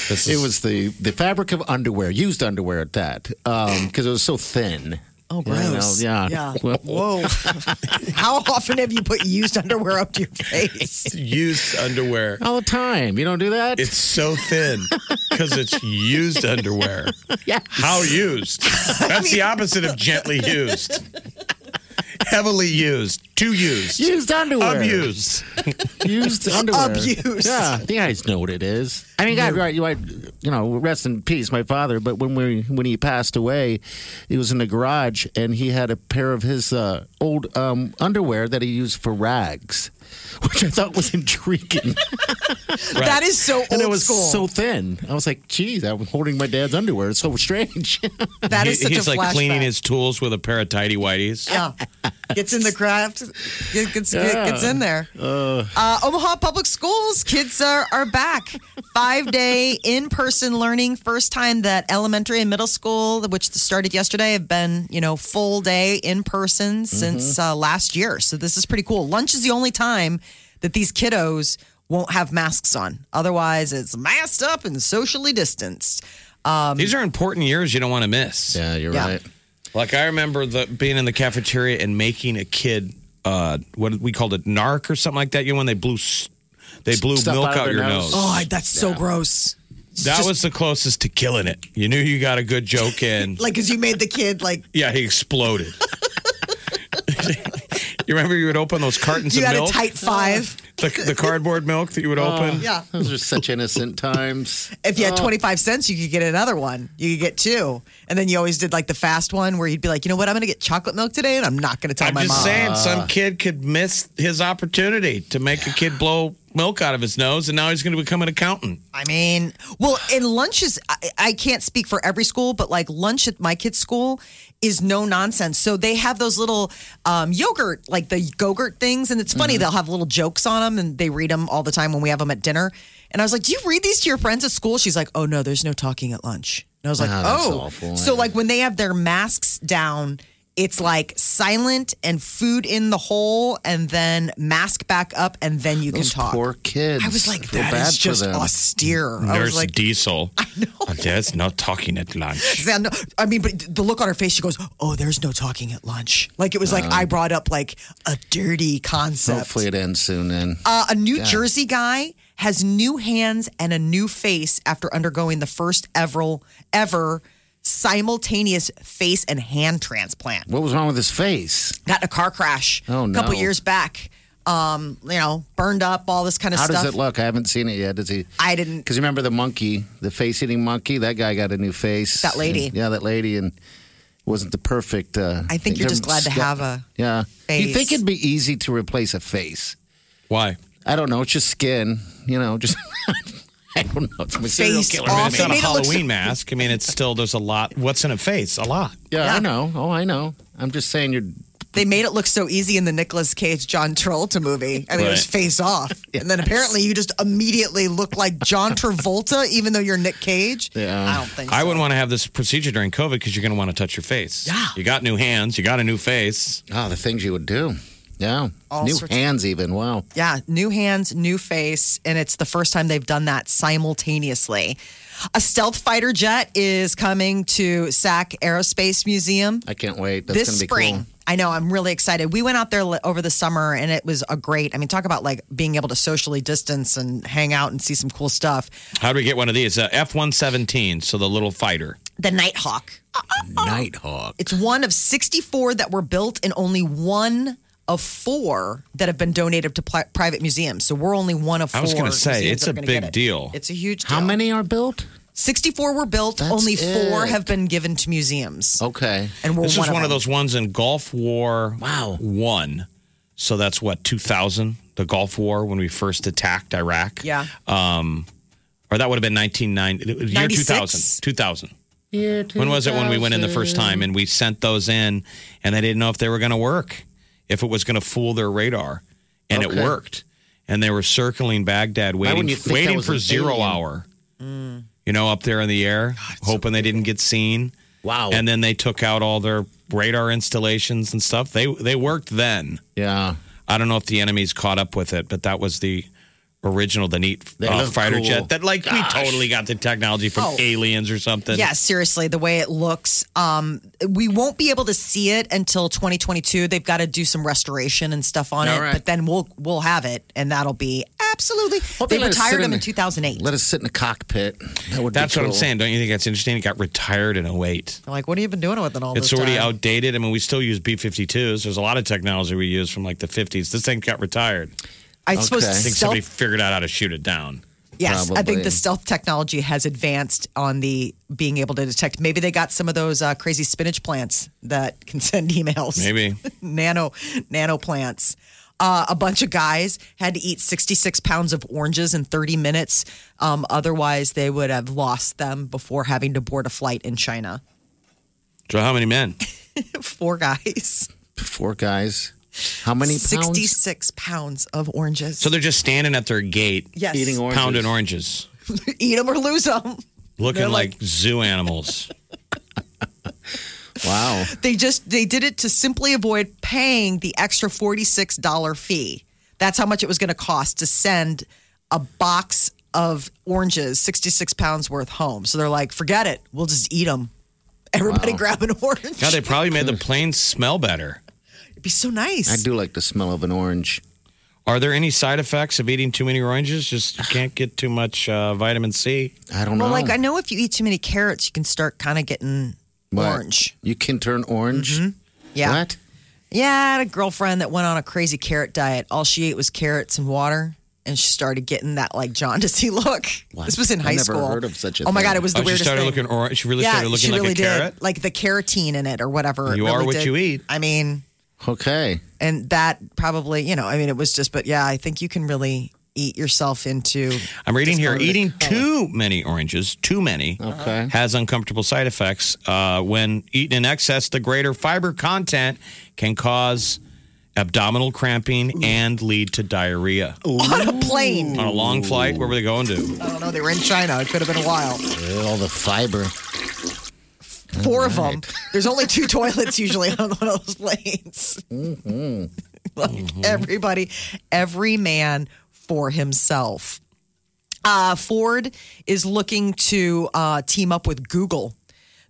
It was the the fabric of underwear, used underwear at that, because it was so thin. Oh, You know, gross. yeah. yeah. Whoa. How often have you put used underwear up to your face? Used underwear. All the time. You don't do that? It's so thin because it's used underwear. Yeah. How used? That's the opposite of gently used. Heavily used. Too used. Used underwear. Abused. Used underwear. Abused. Yeah, you guys know what it is. I mean, God, right? You, I, you know, rest in peace, my father. But when we when he passed away, he was in the garage and he had a pair of his uh, old um, underwear that he used for rags, which I thought was intriguing. That is so old and it was school. so thin. I was like, geez, I'm holding my dad's underwear. It's so strange. That is He- such He's a like flashback. cleaning his tools with a pair of tidy whities. Yeah. Gets in the craft. Gets, gets, Yeah. gets in there. Uh, Omaha Public Schools kids are, are back. Five day in person learning. First time that elementary and middle school, which started yesterday, have been, you know, full day in person since uh, last year. So this is pretty cool. Lunch is the only time that these kiddos won't have masks on. Otherwise, it's masked up and socially distanced. Um, These are important years you don't want to miss. Yeah, you're Yeah. right. Like I remember the being in the cafeteria and making a kid uh, what we called it narc or something like that. You know when they blew s- they blew Stuff milk out of out, their your nose. nose. Oh, I- that's so gross. that was the closest to killing it. You knew you got a good joke in. Like, because you made the kid like Yeah, he exploded. you remember you would open those cartons you of had milk? a tight five. the, the cardboard milk that you would Oh. open? Yeah. Those are such innocent times. If you had Oh. 25 cents, you could get another one. You could get two. And then you always did like the fast one where you'd be like, you know what? I'm going to get chocolate milk today and I'm not going to tell I'm my just mom. saying, some kid could miss his opportunity to make a kid blow milk out of his nose, and now he's going to become an accountant. I mean, well, and lunch is, I, I can't speak for every school, but like lunch at my kid's school is no nonsense. So they have those little um, yogurt, like the Go-Gurt things. And it's Mm-hmm. funny, they'll have little jokes on them and they read them all the time when we have them at dinner. And I was like, Do you read these to your friends at school? She's like, Oh, no, there's no talking at lunch. And I was like, Ah, that's Oh, awful. so like when they have their masks down, it's like silent and food in the hole and then mask back up and then you Those can talk. poor kids. I was like, Feel that bad is for just them. austere. I was Nurse like, Diesel. I know. There's no talking at lunch. "Yeah, no," I mean, but the look on her face, she goes, oh, there's no talking at lunch. Like it was like Um, I brought up like a dirty concept. Hopefully it ends soon then. Uh, a New God. Jersey guy has new hands and a new face after undergoing the first ever ever simultaneous face and hand transplant. What was wrong with his face? Got in a car crash Oh, a no. couple years back. Um, you know, burned up, all this kind of How stuff. does it look? I haven't seen it yet. Does he? I didn't. Because remember the monkey, the face eating monkey? That guy got a new face. That lady. And- yeah, that lady. And it wasn't the perfect. Uh, I think you're just glad to have a Yeah. You face. think it'd be easy to replace a face? Why? I don't know. It's just skin. You know, just. I don't know. It's a serial Face killer. I mean, it's not a Halloween mask. I mean, it's still there's a lot. What's in a face? A lot. Yeah, I know. Oh, I know. I'm just saying you're. They made it look so easy in the Nicolas Cage John Travolta movie. I mean, it was Right. face off. And then apparently you just immediately look like John Travolta, even though you're Nick Cage. I don't think so. I wouldn't want to have this procedure during COVID because you're going to want to touch your face. Yeah. You got new hands. You got a new face. Oh, the things you would do. Yeah. All new sorts of- hands, even. Wow. Yeah, new hands, new face, and it's the first time they've done that simultaneously. A stealth fighter jet is coming to SAC Aerospace Museum I can't wait. That's this gonna be spring. cool. I know, I'm really excited. We went out there li- over the summer and it was a great, I mean, talk about like being able to socially distance and hang out and see some cool stuff. How do we get one of these? Uh, F one seventeen. So the little fighter. The Nighthawk. Nighthawk. It's one of 64 that were built and only one of four that have been donated to pli private museums. So we're only one of four. I was going to say museums it's that a are gonna get big it. deal. It's a huge How many are built? 64 were built, That's only four it. have been given to museums. Okay. And we're this one is of one of them. those ones in Gulf War. Wow. One. So that's what 2000, the Gulf War when we first attacked Iraq. Yeah. Um, or that would have been 1990, year 96? 2000. 2000. When was it when we went in the first time and we sent those in and they didn't know if they were going to work, if it was going to fool their radar, and Okay. it worked. And they were circling Baghdad, Why waiting, wouldn't you think that waiting was for an zero alien? Mm. hour. You know, up there in the air, hoping they didn't get seen. Wow! And then they took out all their radar installations and stuff. They they worked then. Yeah. I don't know if the enemy's caught up with it, but that was the original, the neat They uh, look fighter cool. jet that like we totally got the technology from Oh. aliens or something. yeah, seriously, the way it looks. Um, we won't be able to see it until 2022. They've got to do some restoration and stuff on All it, right. but then we'll we'll have it, and that'll be absolutely. Hope they let us sit retired in them in the- 2008. Let us sit in the cockpit. That would be That's what I'm cool. saying. Don't you think that's interesting? It got retired in 08. They're like, what have you been doing with it all It's this already time? outdated. I mean, we still use B 52s. There's a lot of technology we use from like the 50s. This thing got retired. I suppose I think stealth- somebody figured out how to shoot it down. Yes, I think the stealth technology has advanced on the being able to detect. Maybe they got some of those uh, crazy spinach plants that can send emails. Maybe. nano nano plants. Uh, a bunch of guys had to eat 66 pounds of oranges in 30 minutes. Um, otherwise, they would have lost them before having to board a flight in China. So, how many men? Four guys. Four guys. How many pounds? 66 pounds of oranges. So, they're just standing at their gate, Yes. Eating oranges. pounding oranges, eat them or lose them. looking They're like, zoo animals. wow. They just they did it to simply avoid paying the extra forty-six dollar fee. That's how much it was going to cost to send a box of oranges, sixty-six pounds worth home. So they're like, forget it, we'll just eat them. Everybody Wow. grab an orange. God, they probably made the planes smell better. It'd be so nice. I do like the smell of an orange. Are there any side effects of eating too many oranges? Just you can't get too much uh, vitamin C. I don't Well, like I know if you eat too many carrots, you can start kind of getting orange. Mm-hmm. You can turn orange. Yeah. What? Yeah, I had a girlfriend that went on a crazy carrot diet. All she ate was carrots and water, and she started getting that like jaundicey look. What? This was in I high never school. heard of such a Oh my god, thing. it was the oh, she weirdest started thing. looking orange. She really yeah, started looking she like really a carrot. did. Like the carotene in it or whatever. it You are really what did. you eat. I mean, Okay. and that probably, you know, I mean, it was just, but yeah, I think you can really eat yourself into. I'm reading here discolored eating Oh. color. too many oranges, too many, Okay. has uncomfortable side effects. Uh, when eaten in excess, the greater fiber content can cause abdominal cramping and lead to diarrhea. on a plane. On a long flight, where were they going to? I don't know. They were in China. It could have been a while. all the fiber. Four of them. There's only two toilets usually on one of those planes. like everybody, every man for himself. Uh, Ford is looking to uh, team up with Google.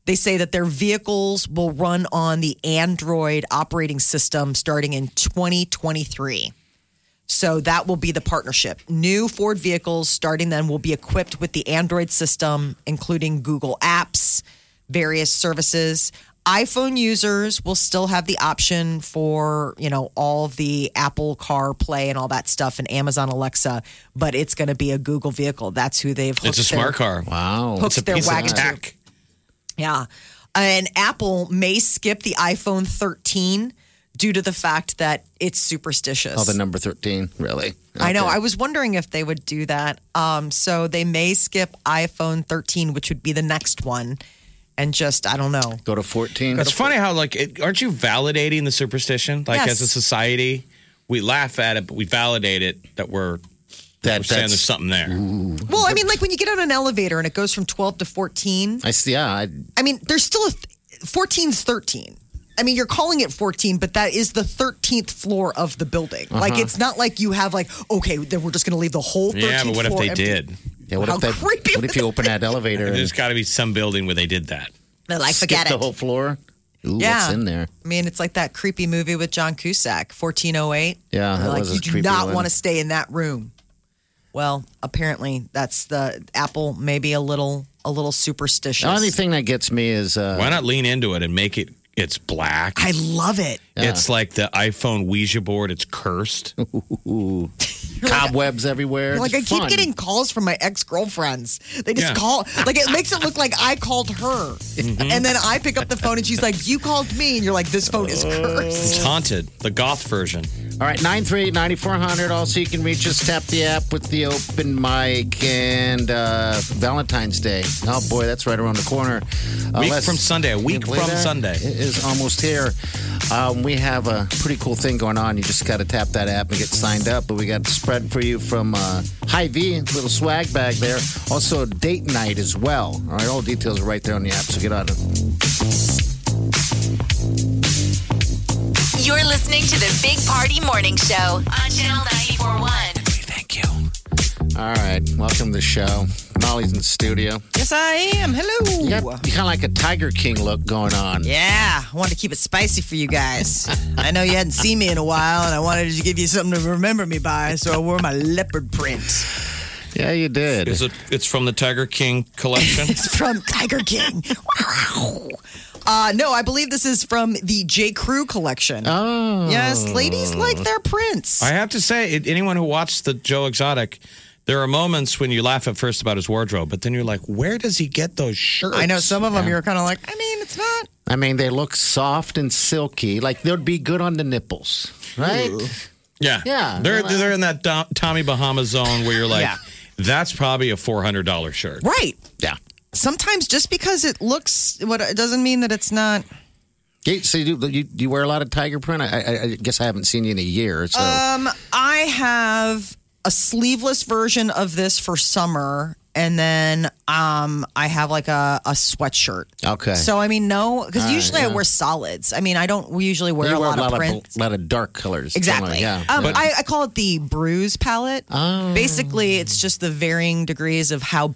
They say that their vehicles will run on the Android operating system starting in 2023. So that will be the partnership. New Ford vehicles starting then will be equipped with the Android system, including Google Apps, various services. iPhone users will still have the option for, you know, all the Apple CarPlay and all that stuff and Amazon Alexa, but it's going to be a Google vehicle. That's who they've hooked It's a smart their- car. Wow. Hooks it's a their piece wagon of to. tech. Yeah. And Apple may skip the iPhone 13 due to the fact that it's superstitious. Oh, the number 13, really? I know. I was wondering if they would do that. Um, so they may skip iPhone 13, which would be the next one, and just I don't know. Go to 14. It's funny how, like, it, aren't you validating the superstition? Like, Yes. as a society, we laugh at it, but we validate it that we're, that, we're saying there's something there. Well, I mean, like when you get on an elevator and it goes from 12 to 14. I see. Yeah. I, I mean, there's still a th- 14's 13. I mean, you're calling it 14, but that is the 13th floor of the building. Like, Uh-huh. it's not like you have like, okay, then we're just going to leave the whole 13th floor. Yeah, but what if they empty. did? Yeah, what How if they, creepy What if you open that elevator and There's got to be some building where they did that. They're like, skip forget the it. whole floor? Ooh, Yeah. what's in there? I mean, it's like that creepy movie with John Cusack, 1408. Yeah, that like was a you do creepy not one. want to stay in that room. Well, apparently that's the Apple maybe a little a little superstitious. The only thing that gets me is uh, Why not lean into it and make it? It's black. I love it. It's like the iPhone Ouija board. It's cursed. cobwebs everywhere. like I It's keep fun. getting calls from my ex girlfriends. They just Yeah. call like it makes it look like I called her, Mm-hmm. and then I pick up the phone and she's like, "You called me," and you're like, "This phone Uh, is cursed." It's haunted. The goth version. All right, 938 9400. Also, you can reach us. Tap the app with the open mic and uh, Valentine's Day. Oh, boy, that's right around the corner. Uh, Week let's- from Sunday, a week Can you believe from Sunday. It is almost here. Um, we have a pretty cool thing going on. You just got to tap that app and get signed up. But we got spread for you from uh, Hy-Vee, little swag bag there. Also, date night as well. All right, all the details are right there on the app, so get on it. You're listening to the Big Party Morning Show on Channel 941. All right, welcome to the show. Molly's in the studio. Yes, I am. Hello. You got kind of like a Tiger King look going on. Yeah, I wanted to keep it spicy for you guys. I know you hadn't seen me in a while, and I wanted to give you something to remember me by, so I wore my leopard print. Yeah, you did. Is it? It's from the Tiger King collection. It's from Tiger King. Wow. Uh, no, I believe this is from the J. Crew collection. Oh. Yes, ladies like their prints. I have to say, it, anyone who watched the Joe Exotic, there are moments when you laugh at first about his wardrobe, but then you're like, where does he get those shirts? I know some of them you're kind of like, I mean, it's not. I mean, they look soft and silky. Like they'd be good on the nipples, right? Yeah, Yeah. They're Well, they're in that Dom- Tommy Bahama zone where you're like, Yeah. that's probably a four hundred dollar shirt. Right. Yeah. Sometimes just because it looks, what it doesn't mean that it's not. Yeah, so you, do- you you wear a lot of tiger print. I, I, I guess I haven't seen you in a year. So Um, I have a sleeveless version of this for summer, and then um, I have like a, a sweatshirt. okay. So I mean, no, All because right, usually yeah. I wear solids. I mean, I don't usually wear, a, You lot of print. lot of dark colors. Exactly. Something, Yeah. Um, yeah. I, I call it the bruise palette. Oh. Basically, it's just the varying degrees of how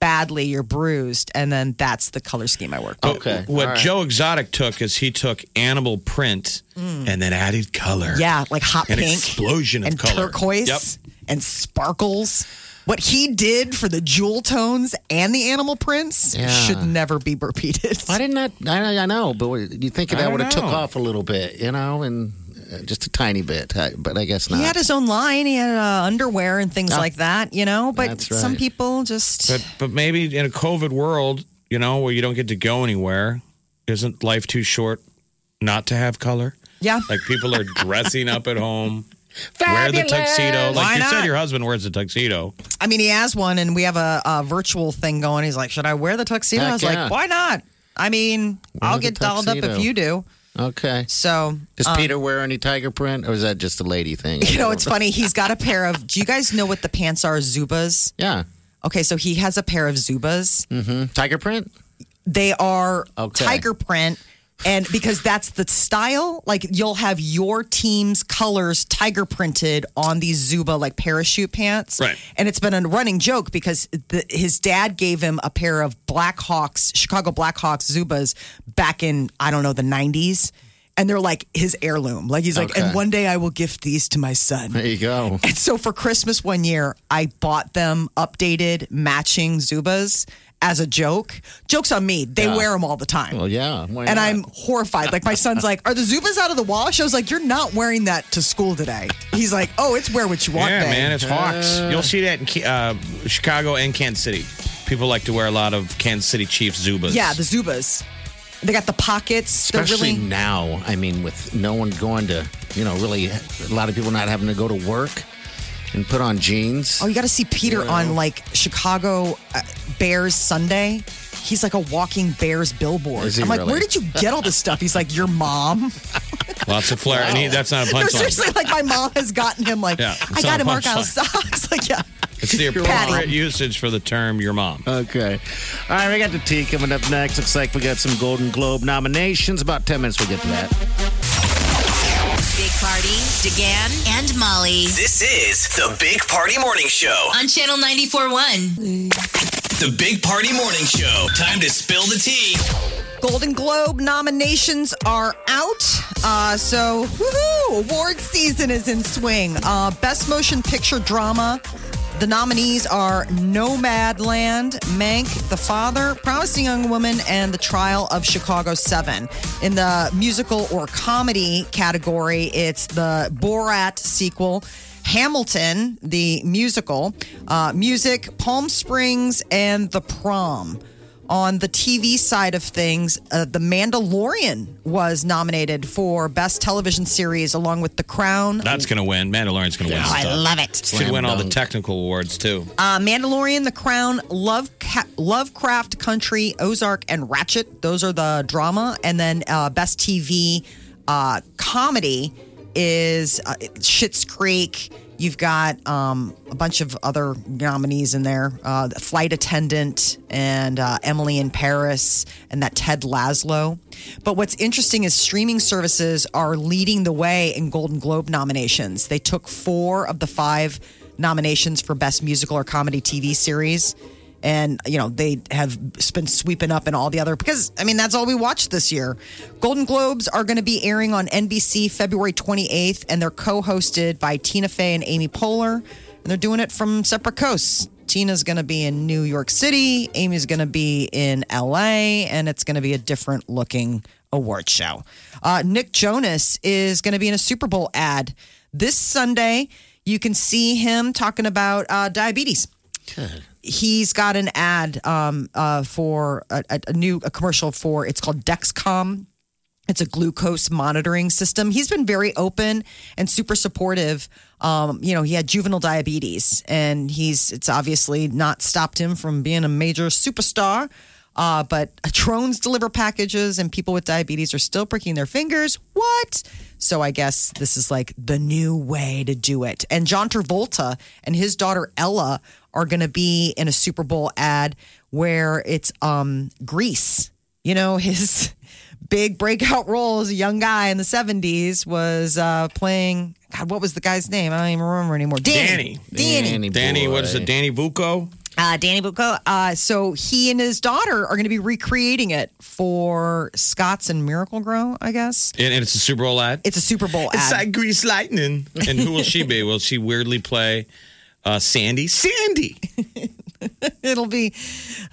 badly you're bruised, and then that's the color scheme I work. with. Okay. What All right. Joe Exotic took is he took animal print and then added color. Mm. Yeah, like hot An pink, explosion of and color. turquoise, Yep. and sparkles. What he did for the jewel tones and the animal prints Yeah. should never be repeated. I did not. I, I know, but you think I that don't would have took know. off a little bit, you know, and uh, just a tiny bit. I, but I guess not. He had his own line. He had uh, underwear and things Yeah. like that, you know. But That's right. some people just But but maybe in a COVID world, you know, where you don't get to go anywhere, isn't life too short not to have color? Yeah. Like people are dressing up at home. Wear the Fabulous. tuxedo. Like Why you said, not? your husband wears a tuxedo. I mean, he has one, and we have a, a virtual thing going. He's like, "Should I wear the tuxedo?" Heck I was yeah. like, "Why not?" I mean, Wear I'll the get dolled up if tuxedo. you do. Okay. So Does um, Peter wear any tiger print, or is that just a lady thing? You know, it's funny. He's got a pair of. Do you guys know what the pants are? Zubas. Yeah. Okay, so he has a pair of Zubas. hmm Tiger print. They are Okay. tiger print. And because that's the style, like you'll have your team's colors tiger printed on these Zuba like parachute pants. Right. And it's been a running joke because the, his dad gave him a pair of Blackhawks, Chicago Blackhawks Zubas back in, I don't know, the 90s. And they're like his heirloom. Like he's like, Okay. and one day I will gift these to my son. There you go. And so for Christmas one year, I bought them updated matching Zubas as a joke. Joke's on me. They Yeah. wear them all the time. Well, yeah. why and not? I'm horrified. Like my son's like, "Are the Zubas out of the wash?" I was like, "You're not wearing that to school today." He's like, "Oh, it's wear what you want." yeah, babe." man, it's Hawks. You'll see that in Ki- uh, Chicago and Kansas City. People like to wear a lot of Kansas City Chiefs Zubas. Yeah, the Zubas. They got the pockets. Especially They're really now. I mean, with no one going to, you know, really a lot of people not having to go to work and put on jeans. Oh, you got to see Peter Yeah. on like Chicago uh, Bears Sunday. He's like a walking Bears billboard. Is he I'm like, really? where did you get all this stuff? He's like, your mom. Lots of flair. And he, that's not a No, punchline. seriously, like my mom has gotten him like Yeah, I it's got not a him our house punchline. socks. like yeah. It's the Your appropriate mom. usage for the term your mom. Okay. All right, we got the tea coming up next. Looks like we got some Golden Globe nominations. About 10 minutes, we'll get to that. Big Party, DeGan, and Molly. This is the Big Party Morning Show. On Channel 94.1. The Big Party Morning Show. Time to spill the tea. Golden Globe nominations are out. Uh, so, woohoo! Award season is in swing. Uh, Best Motion Picture Drama. The nominees are Nomadland, Mank, The Father, Promising Young Woman, and The Trial of Chicago 7. In the musical or comedy category, it's the Borat sequel. Hamilton, the musical, uh, music, Palm Springs, and The Prom. On the TV side of things, uh, The Mandalorian was nominated for Best Television Series along with The Crown. That's going to win. Mandalorian's going to win. Yeah. Oh, I stuff. love it. Should win all the Slam dunk. technical awards, too. Uh, Mandalorian, The Crown, Love, Lovecraft Country, Ozark, and Ratchet. Those are the drama. And then uh, Best TV uh, Comedy is uh, Schitt's Creek. You've got um, a bunch of other nominees in there uh, Flight Attendant and uh, Emily in Paris and that Ted Laszlo. But what's interesting is streaming services are leading the way in Golden Globe nominations. They took four of the five nominations for best musical or comedy TV series. And you know they have been sweeping up in all the other because I mean that's all we watched this year. Golden Globes are going to be airing on NBC February 28th, and they're co-hosted by Tina Fey and Amy Poehler, and they're doing it from separate coasts. Tina's going to be in New York City, Amy's going to be in LA, and it's going to be a different looking award show. Uh, Nick Jonas is going to be in a Super Bowl ad this Sunday. You can see him talking about uh, diabetes. He's got an ad um, uh, for a, a a new a commercial for it's called Dexcom. It's a glucose monitoring system. He's been very open and super supportive. Um, you know, he had juvenile diabetes, and he's it's obviously not stopped him from being a major superstar. Uh, but drones deliver packages, and people with diabetes are still pricking their fingers. What? So I guess this is like the new way to do it. And John Travolta and his daughter Ella are going to be in a Super Bowl ad where it's um, Greece. You know his big breakout role as a young guy in the 70s was uh, playing god what was the guy's name i don't even remember anymore danny danny Danny. Danny, what is it? Danny Vuko? uh, danny Bucco. Uh, so he and his daughter are going to be recreating it for scott's and miracle grow i guess And, and it's a Super Bowl ad? it's a super bowl Oh, It's ad like Grease Lightning. And who will she be? Will she weirdly play uh, Sandy? Sandy! it'll be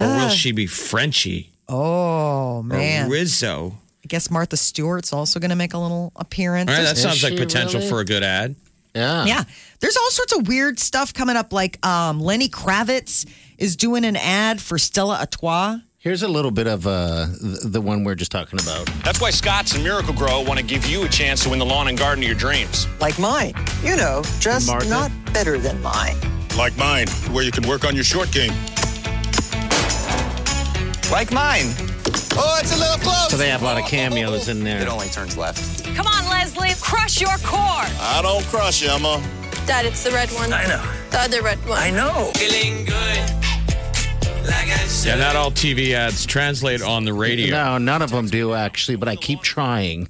Or will Ah. she be Frenchie? oh Or man Rizzo? i guess martha stewart's also going to make a little All appearance right, that Is sounds like she potential really? for a good ad. Yeah. Yeah. There's all sorts of weird stuff coming up. Like um, Lenny Kravitz is doing an ad for Stella Artois. Here's a little bit of uh, th- the one we're just talking about. That's why Scotts and Miracle Grow want to give you a chance to win the lawn and garden of your dreams. Like mine. You know, just Martha. not better than mine. Like mine, where you can work on your short game. Like mine. Oh, it's a little close. So they have a lot of cameos in there. It only turns left. Come on, Leslie, crush your core. I don't crush Emma. Dad, it's the red one. I know. The other red one. I know. Feeling good. Like I said. Yeah, not all TV ads translate on the radio. No, none of them do actually, but I keep trying.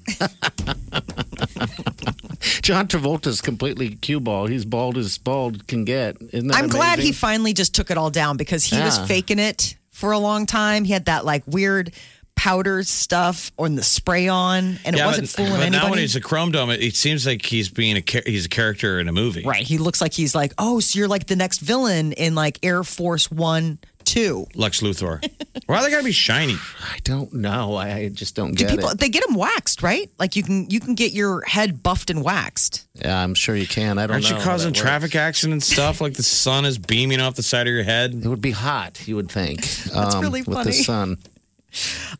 John Travolta's completely cue ball. He's bald as bald can get. Isn't that I'm glad he amazing? finally just took it all down because he was Yeah. faking it for a long time. He had that like weird powder stuff on the spray on, and it Yeah, wasn't but, fooling but now when anybody. he's a Chrome Dome, it, it seems like he's being a char- he's a character in a movie. Right. He looks like he's like, oh, so you're like the next villain in like Air Force One, Two. Lex Luthor. Why they gotta be shiny? I don't know. I just don't Do get people it. they get them waxed, right? Like you can you can get your head buffed and waxed. yeah, I'm sure you can. I don't Aren't know. you causing traffic accidents and stuff? Like the sun is beaming off the side of your head. It would be hot, you would think. Um, That's really With the funny. sun.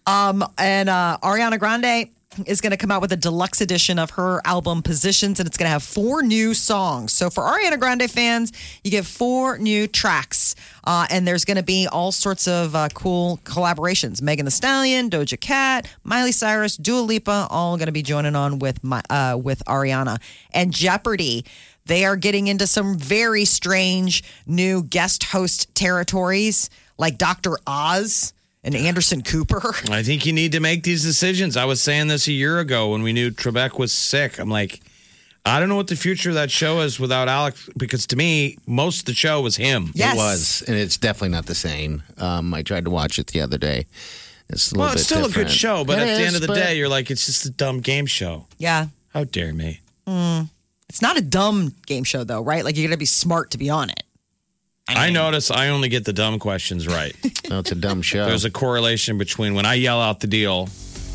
Um, and uh, Ariana Grande is going to come out with a deluxe edition of her album Positions, and it's going to have four new songs. So for Ariana Grande fans, you get four new tracks, uh, and there's going to be all sorts of uh, cool collaborations: Megan The Stallion, Doja Cat, Miley Cyrus, Dua Lipa, all going to be joining on with my, uh, with Ariana and Jeopardy. They are getting into some very strange new guest host territories, like Dr. Oz and Anderson Cooper. I think you need to make these decisions. I was saying this a year ago when we knew Trebek was sick. I'm like, I don't know what the future of that show is without Alex, because to me, most of the show was him. It was, and it's definitely not the same. Um, I tried to watch it the other day. It's a little Well, it's bit still a different. good show, but It at the is, end of the but- day, you're like, it's just a dumb game show. Yeah. How dare me? Mm. It's not a dumb game show, though, right? Like, you got to be smart to be on it. I notice I only get the dumb questions right. no, it's a dumb show. There's a correlation between when I yell out the deal,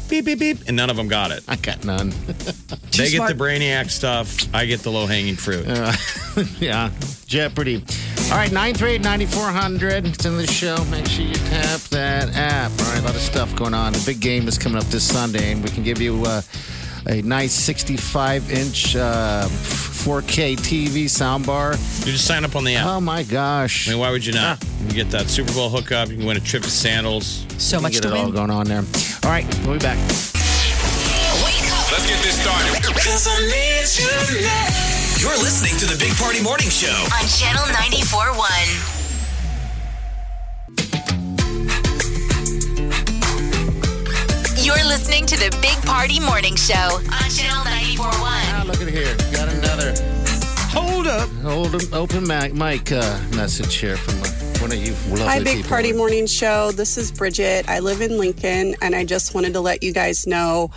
beep, beep, beep, and none of them got it. I got none. they get the brainiac stuff, I get the low hanging fruit. Uh, yeah, Jeopardy. All right, 938 9400. It's in the show. Make sure you tap that app. All right, a lot of stuff going on. The big game is coming up this Sunday, and we can give you uh, a nice 65 inch uh, 4K TV soundbar. You just sign up on the app. Oh, my gosh. I mean, why would you not? Ah. You can get that Super Bowl hookup. You can win a trip to sandals. So You can get it all going on there. All right, we'll be back. Let's get this started. You're listening to the Big Party Morning Show. On Channel 94.1. You're listening to the Big Party Morning Show. On Channel 94.1. Ah, look at here. Got another. Hold up. Hold open mic, mic uh, message here from uh, one of you lovely Hi, Big people. Party Morning Show. This is Bridget. I live in Lincoln, and I just wanted to let you guys know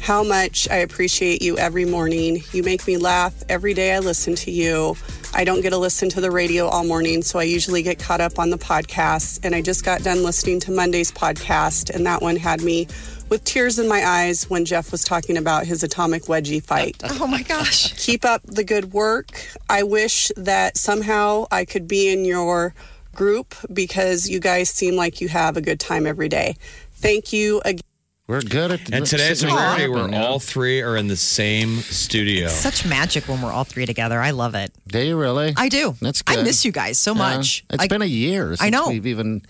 how much I appreciate you every morning. You make me laugh every day I listen to you. I don't get to listen to the radio all morning, so I usually get caught up on the podcast. And I just got done listening to Monday's podcast, and that one had me with tears in my eyes when Jeff was talking about his atomic wedgie fight. Oh my gosh. Keep up the good work. I wish that somehow I could be in your group because you guys seem like you have a good time every day. Thank you again. We're good at And today's a Aw. rarity where all three are in the same studio. Such magic when we're all three together. I love it. Do you really? I do. That's I good. miss you guys so Yeah. much. It's Like, been a year since I know. we've even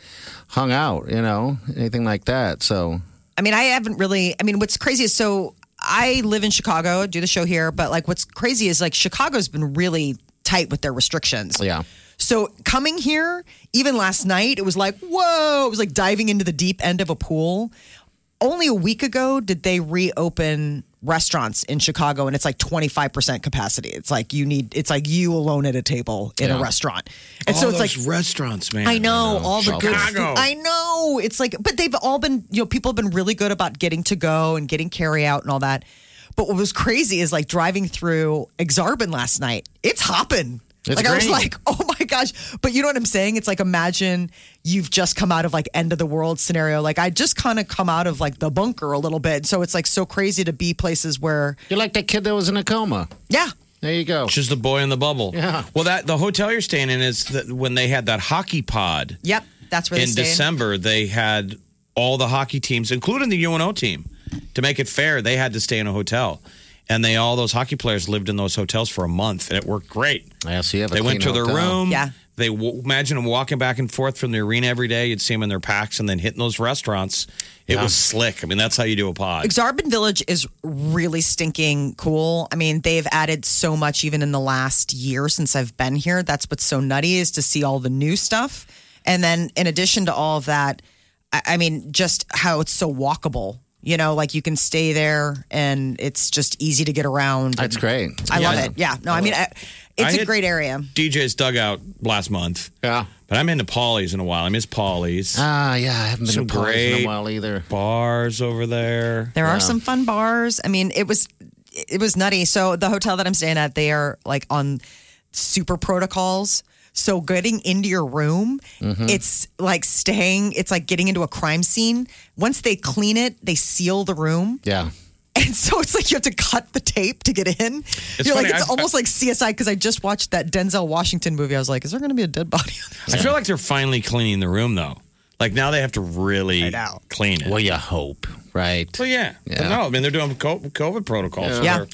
hung out, you know, anything like that. So I mean, I haven't really. I mean, what's crazy is so I live in Chicago, do the show here, but like what's crazy is like Chicago's been really tight with their restrictions. Yeah. So coming here, even last night, it was like, whoa, it was like diving into the deep end of a pool. Only a week ago did they reopen restaurants in Chicago and it's like 25% capacity. It's like you need, it's like you alone at a table in a Yeah. restaurant. And all so it's like, those restaurants, man. I know You all the good. Chicago. food- I know it's like, but they've all been. You know, people have been really good about getting to go and getting carry out and all that. But what was crazy is like driving through Exarban last night. It's hopping. It's like I was great. like, oh my gosh! But you know what I'm saying? It's like imagine you've just come out of like end of the world scenario. Like I just kind of come out of like the bunker a little bit. So it's like so crazy to be places where you're like that kid that was in a coma. Yeah. There you go. Just the boy in the bubble. Yeah. Well, that the hotel you're staying in is that when they had that hockey pod Yep, that's where in they stayed. December. They had all the hockey teams, including the UNO team, to make it fair, they had to stay in a hotel. And they all those hockey players lived in those hotels for a month, and it worked great. Yeah, so you have a they went to clean their hotel. room. Yeah. They w- imagine them walking back and forth from the arena every day. You'd see them in their packs and then hitting those restaurants. It was slick. I mean, that's how you do a pod. Exarban Village is really stinking cool. I mean, they've added so much even in the last year since I've been here. That's what's so nutty is to see all the new stuff. And then in addition to all of that, I, I mean, just how it's so walkable. You know, like you can stay there and it's just easy to get around. That's And great. I love Yeah. it. Yeah. No, I mean, I, it's I a hit- great area. DJ's dugout last month. Yeah. But I'm into Polly's in a while. I miss Polly's. Ah, yeah, I haven't been Some to Polly's in a great while either. Bars over there. There are some fun bars. I mean, it was it was nutty. So the hotel that I'm staying at, they are like on super protocols. So getting into your room, Mm-hmm. Mhm. it's like staying. It's like getting into a crime scene. Once they clean it, they seal the room. Yeah. And so it's like you have to cut the tape to get in. It's You're funny, like it's I've- almost like CSI because I just watched that Denzel Washington movie. I was like, is there going to be a dead body? I feel like they're finally cleaning the room though. Like now they have to really clean it. Well, you hope, right? Well, yeah. But Yeah. no, I mean they're doing co- COVID protocols. so Yeah. they're-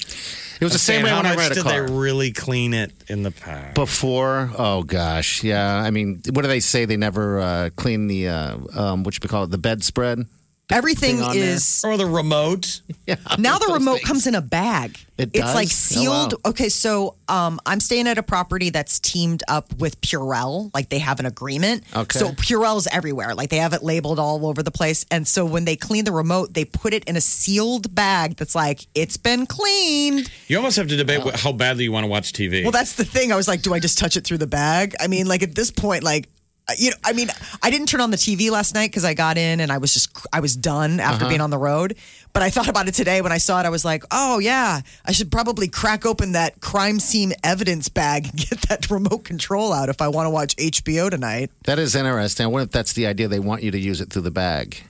It was the same I'm saying, way how when I much rented a did they car. really clean it in the past? Before, oh gosh, yeah. I mean, what do they say? They never uh, clean the uh, um, what you call it, the bedspread. The Everything thing on there? is or the remote. Yeah. Now the remote comes in a bag. It It's like does? Oh, wow. sealed. Okay, so um, I'm staying at a property that's teamed up with Purell. Like they have an agreement. Okay. So Purell's everywhere. Like they have it labeled all over the place. And so when they clean the remote, they put it in a sealed bag that's like, it's been cleaned. You almost have to debate wh- how badly you want to watch TV. Well, that's the thing. I was like, do I just touch it through the bag? I mean, like at this point, like, uh, you know, I mean, I didn't turn on the TV last night because I got in and I was just, I was done after Uh-huh. being on the road. But I thought about it today when I saw it. I was like, oh, yeah, I should probably crack open that crime scene evidence bag and get that remote control out if I want to watch HBO tonight. That is interesting. I wonder if that's the idea. They want you to use it through the bag.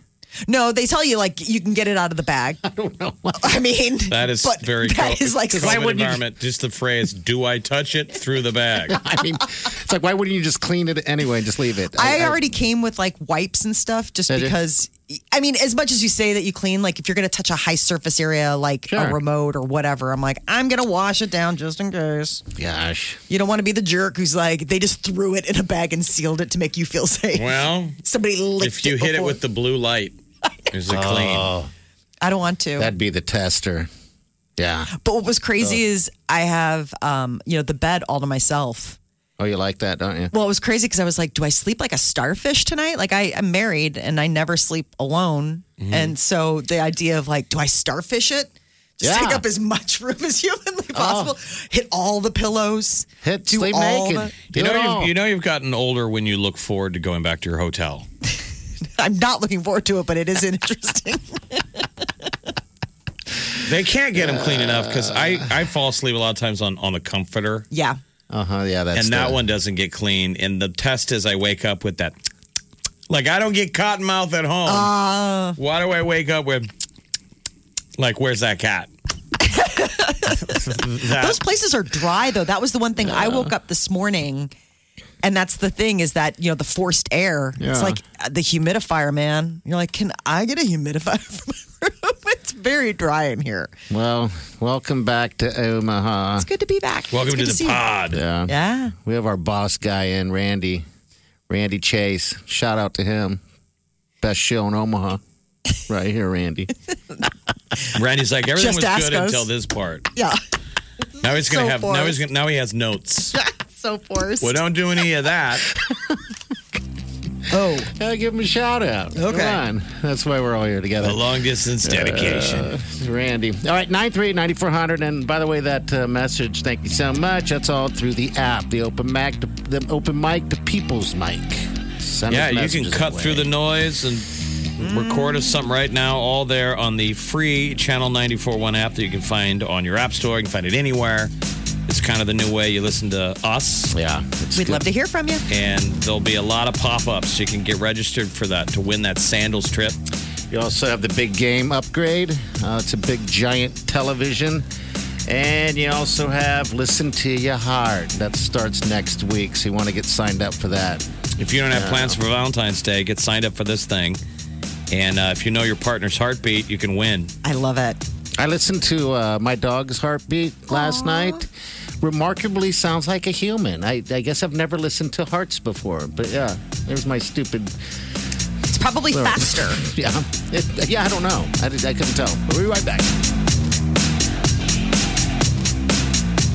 No, they tell you, like, you can get it out of the bag. I don't know. I mean, That is but very that co- is like, COVID environment. Just the phrase, "Do I touch it through the bag?" I mean, it's like why wouldn't you just clean it anyway and just leave it? I, already came with like wipes and stuff just Did you? because I mean, as much as you say that you clean, like if you're gonna touch a high surface area like Sure. a remote or whatever, I'm like, I'm gonna wash it down just in case. Gosh. You don't want to be the jerk who's like, they just threw it in a bag and sealed it to make you feel safe. Well, somebody licked if you it hit it before- with the blue light, is it clean? Oh. I don't want to. That'd be the tester. Yeah. But what was crazy is I have, um, you know, the bed all to myself. Oh, you like that, don't you? Well, it was crazy because I was like, do I sleep like a starfish tonight? Like, I, I'm married and I never sleep alone. Mhm. And so the idea of like, do I starfish it? Just Yeah. Oh. take up as much room as humanly possible. Hit all the pillows. Hit do sleep all naked. the- You know, you've, you know, you've gotten older when you look forward to going back to your hotel. I'm not looking forward to it, but it is interesting. They can't get them clean enough because I, I fall asleep a lot of times on, on the comforter. yeah. Uh huh. Yeah. That's and that the- one doesn't get clean. And the test is I wake up with that. Like, I don't get cotton mouth at home. Uh, Why do I wake up with, like, where's that cat? That- Those places are dry though. That was the one thing I woke up this morning. And that's the thing is that, you know, the forced air. It's Yeah. like uh, the humidifier, man. You're like, can I get a humidifier for my room? It's very dry in here. Well, welcome back to Omaha. It's good to be back. It's Welcome good to to the see you. pod. Yeah. Yeah. We have our boss guy in, Randy. Randy Chase. Shout out to him. Best show in Omaha. Right here, Randy. Randy's like, everything Just was ask good us. until this part. Yeah. Now he's going to So have, now, he's forced. gonna, now he has notes. so forced. well, don't do any of that. Oh. Gotta give him a shout out. Okay. Come on. That's why we're all here together. The long distance dedication. Uh, Randy. All right, 938-9400. And by the way, that uh, message, thank you so much. That's all through the app, the open mic, to, the open mic to people's mic. Send yeah, us you can messages cut that way. through the noise and record us something right now, all there on the free Channel 941 app that you can find on your app store. You can find it anywhere. It's kind of the new way you listen to us. Yeah. We'd love to hear from you. And there'll be a lot of pop ups. You can get registered for that to win that sandals trip. You also have the big game upgrade. Uh, it's a big giant television. And you also have Listen to Your Heart. That starts next week, so you want to get signed up for that. If you don't have Yeah. plans for Valentine's Day, get signed up for this thing. And uh, if you know your partner's heartbeat, you can win. I love it. I listened to uh, my dog's heartbeat last night. Remarkably sounds like a human. I, I guess I've never listened to hearts before, but yeah, there's my stupid. It's probably faster. yeah, It- yeah. I don't know. I, did- I couldn't tell. We'll be right back.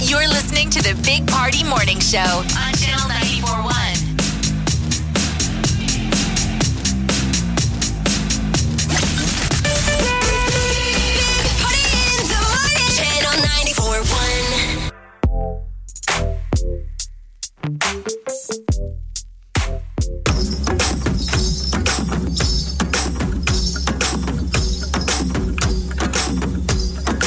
You're listening to the Big Party Morning Show on Channel 941. Channel 941.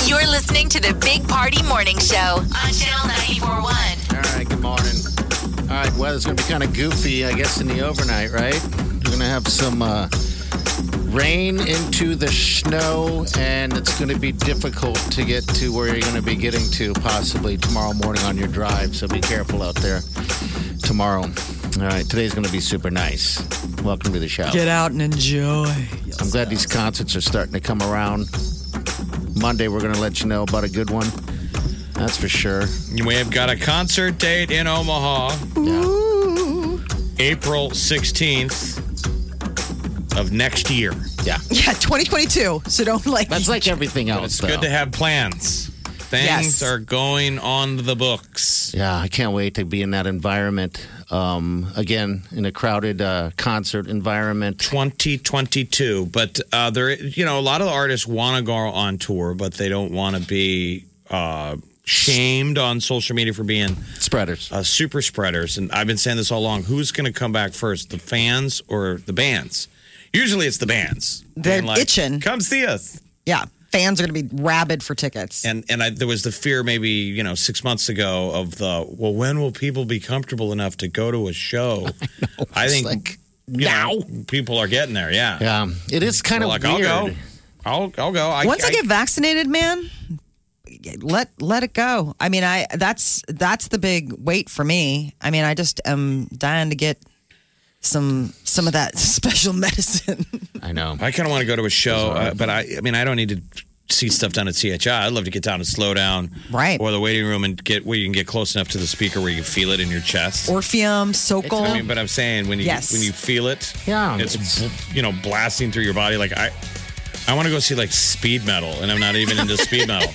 You're listening to the Big Party Morning Show on Channel 941. All right. Good morning. All right. Weather's gonna be kind of goofy, I guess, in the overnight, right? We're gonna have some uh, rain into the snow, and it's gonna be difficult to get to where you're gonna be getting to possibly tomorrow morning on your drive. So be careful out there tomorrow. All right. Today's gonna be super nice. Welcome to the show. Get out and enjoy. I'm glad these concerts are starting to come around. Monday, we're going to let you know about a good one. That's for sure. We have got a concert date in Omaha. April 16th of next year. Yeah. Yeah, 2022. So don't like. That's like everything else. It's good to have plans. Things Yes. are going on the books. Yeah, I can't wait to be in that environment um, again in a crowded uh, concert environment. 2022, but uh, there, you know, a lot of artists want to go on tour, but they don't want to be uh, shamed on social media for being spreaders, uh, super spreaders. And I've been saying this all along: who's going to come back first, the fans or the bands? Usually, it's the bands. They're Being like, itching. Come see us. Yeah, fans are going to be rabid for tickets. And and I, there was the fear maybe you know six months ago of the well when will people be comfortable enough to go to a show? I, think you know, people are getting there. Yeah, yeah. It is kind of like I'll go. weird. I'll I'll go. I, Once I, I- get vaccinated, man, let let it go. I mean, I that's that's the big wait for me. I mean, I just am dying to get some some of that special medicine. I know. I kind of want to go to a show, uh, but I I mean I don't need to see stuff done at CHI. I'd love to get down to slow down, right, or the waiting room and get where you can get close enough to the speaker where you can feel it in your chest. Orpheum, Sokol. I mean, but I'm saying when you Yes. when you feel it, Yeah. it's, bl- you know blasting through your body. Like I, I want to go see like speed metal, and I'm not even into speed metal.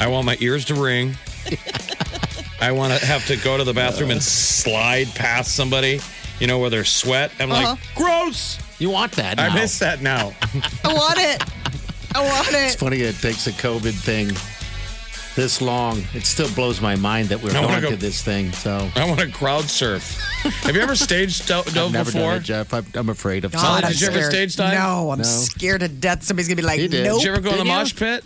I want my ears to ring. I want to have to go to the bathroom and slide past somebody, you know, where there's sweat. I'm Uh-huh. like, gross. You want that? I now. miss that now. I want it. I want It's it. funny it takes a COVID thing this long. It still blows my mind that we're I wanna going go- to this thing. So I want to crowd surf. Have you ever stage do- I've dove never before? done it, Jeff. I'm, I'm afraid of. Molly, something. did you ever stage dive? No, I'm scared to death. Somebody's gonna be like, He did. nope. Did you ever go in a mosh pit?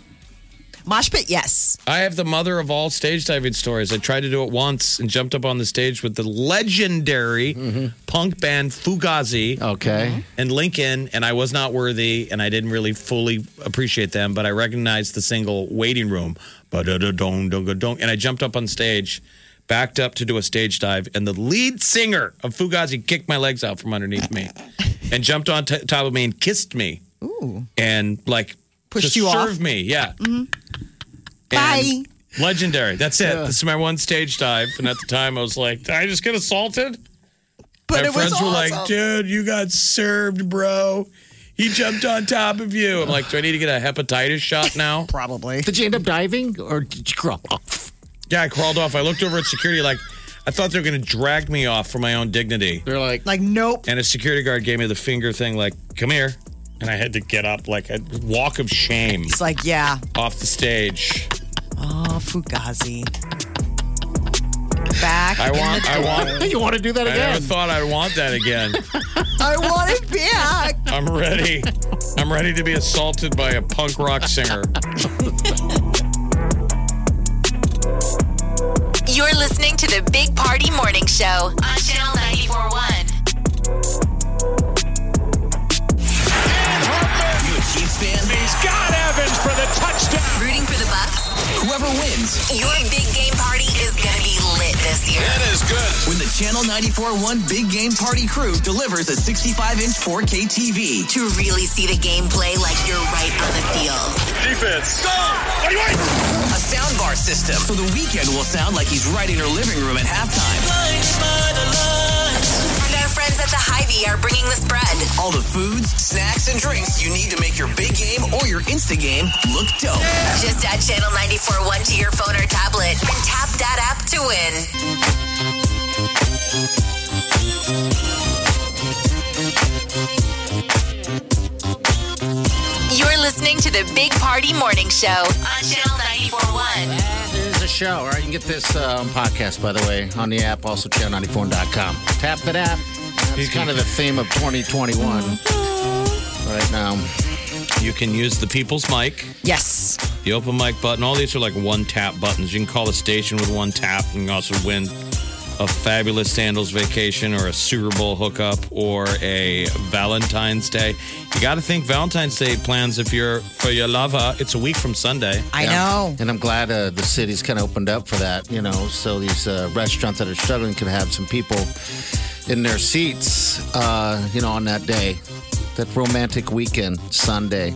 Mosh pit, yes. I have the mother of all stage diving stories. I tried to do it once and jumped up on the stage with the legendary Mm-hmm. punk band Fugazi. Okay. And Lincoln, and I was not worthy, and I didn't really fully appreciate them, but I recognized the single Waiting Room. Ba-da-da-dong, dong-ga-dong. And I jumped up on stage, backed up to do a stage dive, and the lead singer of Fugazi kicked my legs out from underneath me and jumped on t- top of me and kissed me. Ooh. And like, Pushed to you off? serve me. Yeah. Mm-hmm. Bye. Legendary. That's it. This is my one stage dive. And at the time, I was like, "Did I just get assaulted? But my it was friends were like, awesome. dude, you got served, bro. He jumped on top of you. I'm like, do I need to get a hepatitis shot now? Probably. Did you end up diving or did you crawl off? Yeah, I crawled off. I looked over at security like, I thought they were going to drag me off for my own dignity. They're like, like, nope. And a security guard gave me the finger thing, like, come here. And I had to get up like a walk of shame It's like, yeah. off the stage. Oh, Fugazi. Back. I in want, the I door. want. I never thought I'd want that again. I want it back. I'm ready. I'm ready to be assaulted by a punk rock singer. You're listening to the Big Party Morning Show on Channel 941. You a Chiefs fan? He's got Evans for the touchdown. Rooting for the Bucks? Whoever wins. Your big game party is going to be lit this year. That is good. When the Channel 94.1 Big Game Party Crew delivers a 65-inch 4K TV to really see the game play like you're right on the field. Defense. Go! What do you want? A soundbar system, so the weekend will sound like he's right in her living room at halftime. And our friends at the Hy-Vee are bringing the spread. All the foods, snacks, and drinks you need to make your big game or your Insta game look dope. Just add Channel 94.1 to your phone or tablet and tap that app to win. You're listening to the Big Party Morning Show on Channel 94.1. There's a show. All right, you can get this uh, on podcast, by the way, on the app, also channel94.com. Tap that app. It's kind of the theme of 2021 right now. You can use the people's mic, Yes. the open mic button. All these are like one tap buttons. You can call the station with one tap and also win a fabulous sandals vacation or a Super Bowl hookup or a Valentine's Day. You got to think Valentine's Day plans if you're for your lover. It's a week from Sunday. know. And I'm glad uh, the city's kind of opened up for that, you know, so these uh, restaurants that are struggling could have some people in their seats, uh, you know, on that day, that romantic weekend, Sunday.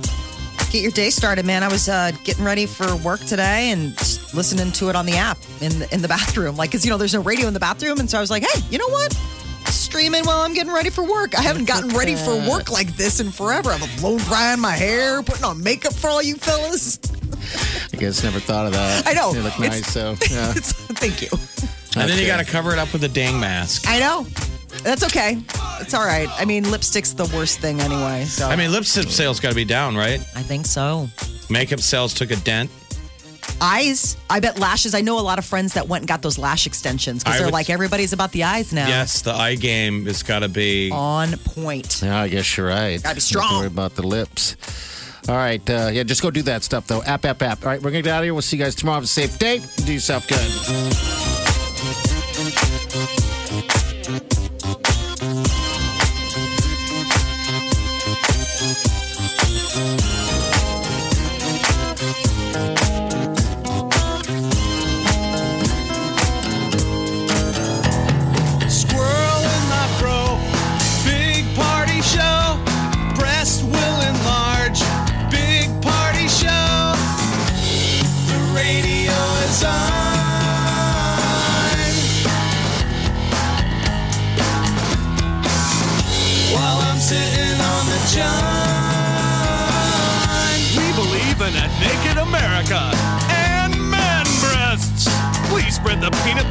Get your day started, man. I was uh, getting ready for work today and just listening to it on the app in the, in the bathroom. Like, 'cause, you know, there's no radio in the bathroom. And so I was like, hey, you know what? Streaming while I'm getting ready for work. I haven't gotten ready for work like this in forever. I've blown drying my hair, putting on makeup for all you fellas. I guess never thought of that. I know. They look It's- nice, so yeah. Thank you. And then you Okay. got to cover it up with a dang mask. I know. That's okay. It's all right. I mean, lipstick's the worst thing anyway. So I mean, lipstick sales got to be down, right? I think so. Makeup sales took a dent. eyes. I bet lashes. I know a lot of friends that went and got those lash extensions because I they're would- like everybody's about the eyes now. Yes, the eye game has got to be. On point. Yeah, I guess you're right. Gotta be Don't strong. worry about the lips. All right, uh, yeah, just go do that stuff though. App, app, app. All right, we're gonna get out of here. We'll see you guys tomorrow. Have a safe day. Do yourself good. Squirrel in my bro. Big party show. Breast will enlarge. Big party show. The radio is on. While I'm sitting on the john. We believe in a naked America and man breasts. Please spread the peanut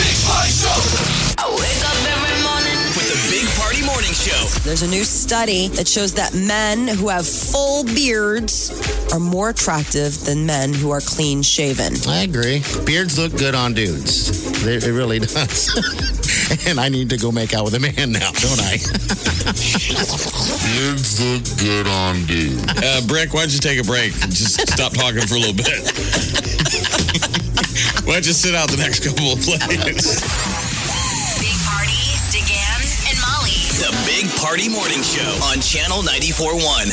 Big party show. I wake up every morning with the Big Party Morning Show. There's a new study that shows that men who have full beards are more attractive than men who are clean shaven. I agree. Beards look good on dudes. They, it really does. and I need to go make out with a man now, don't I? Beards look good on dude. Uh, Brick, why don't you take a break? Just stop talking for a little bit. why don't you sit out the next couple of plays? Big Party, DeGan, and Molly. The Big Party Morning Show on Channel 94.1.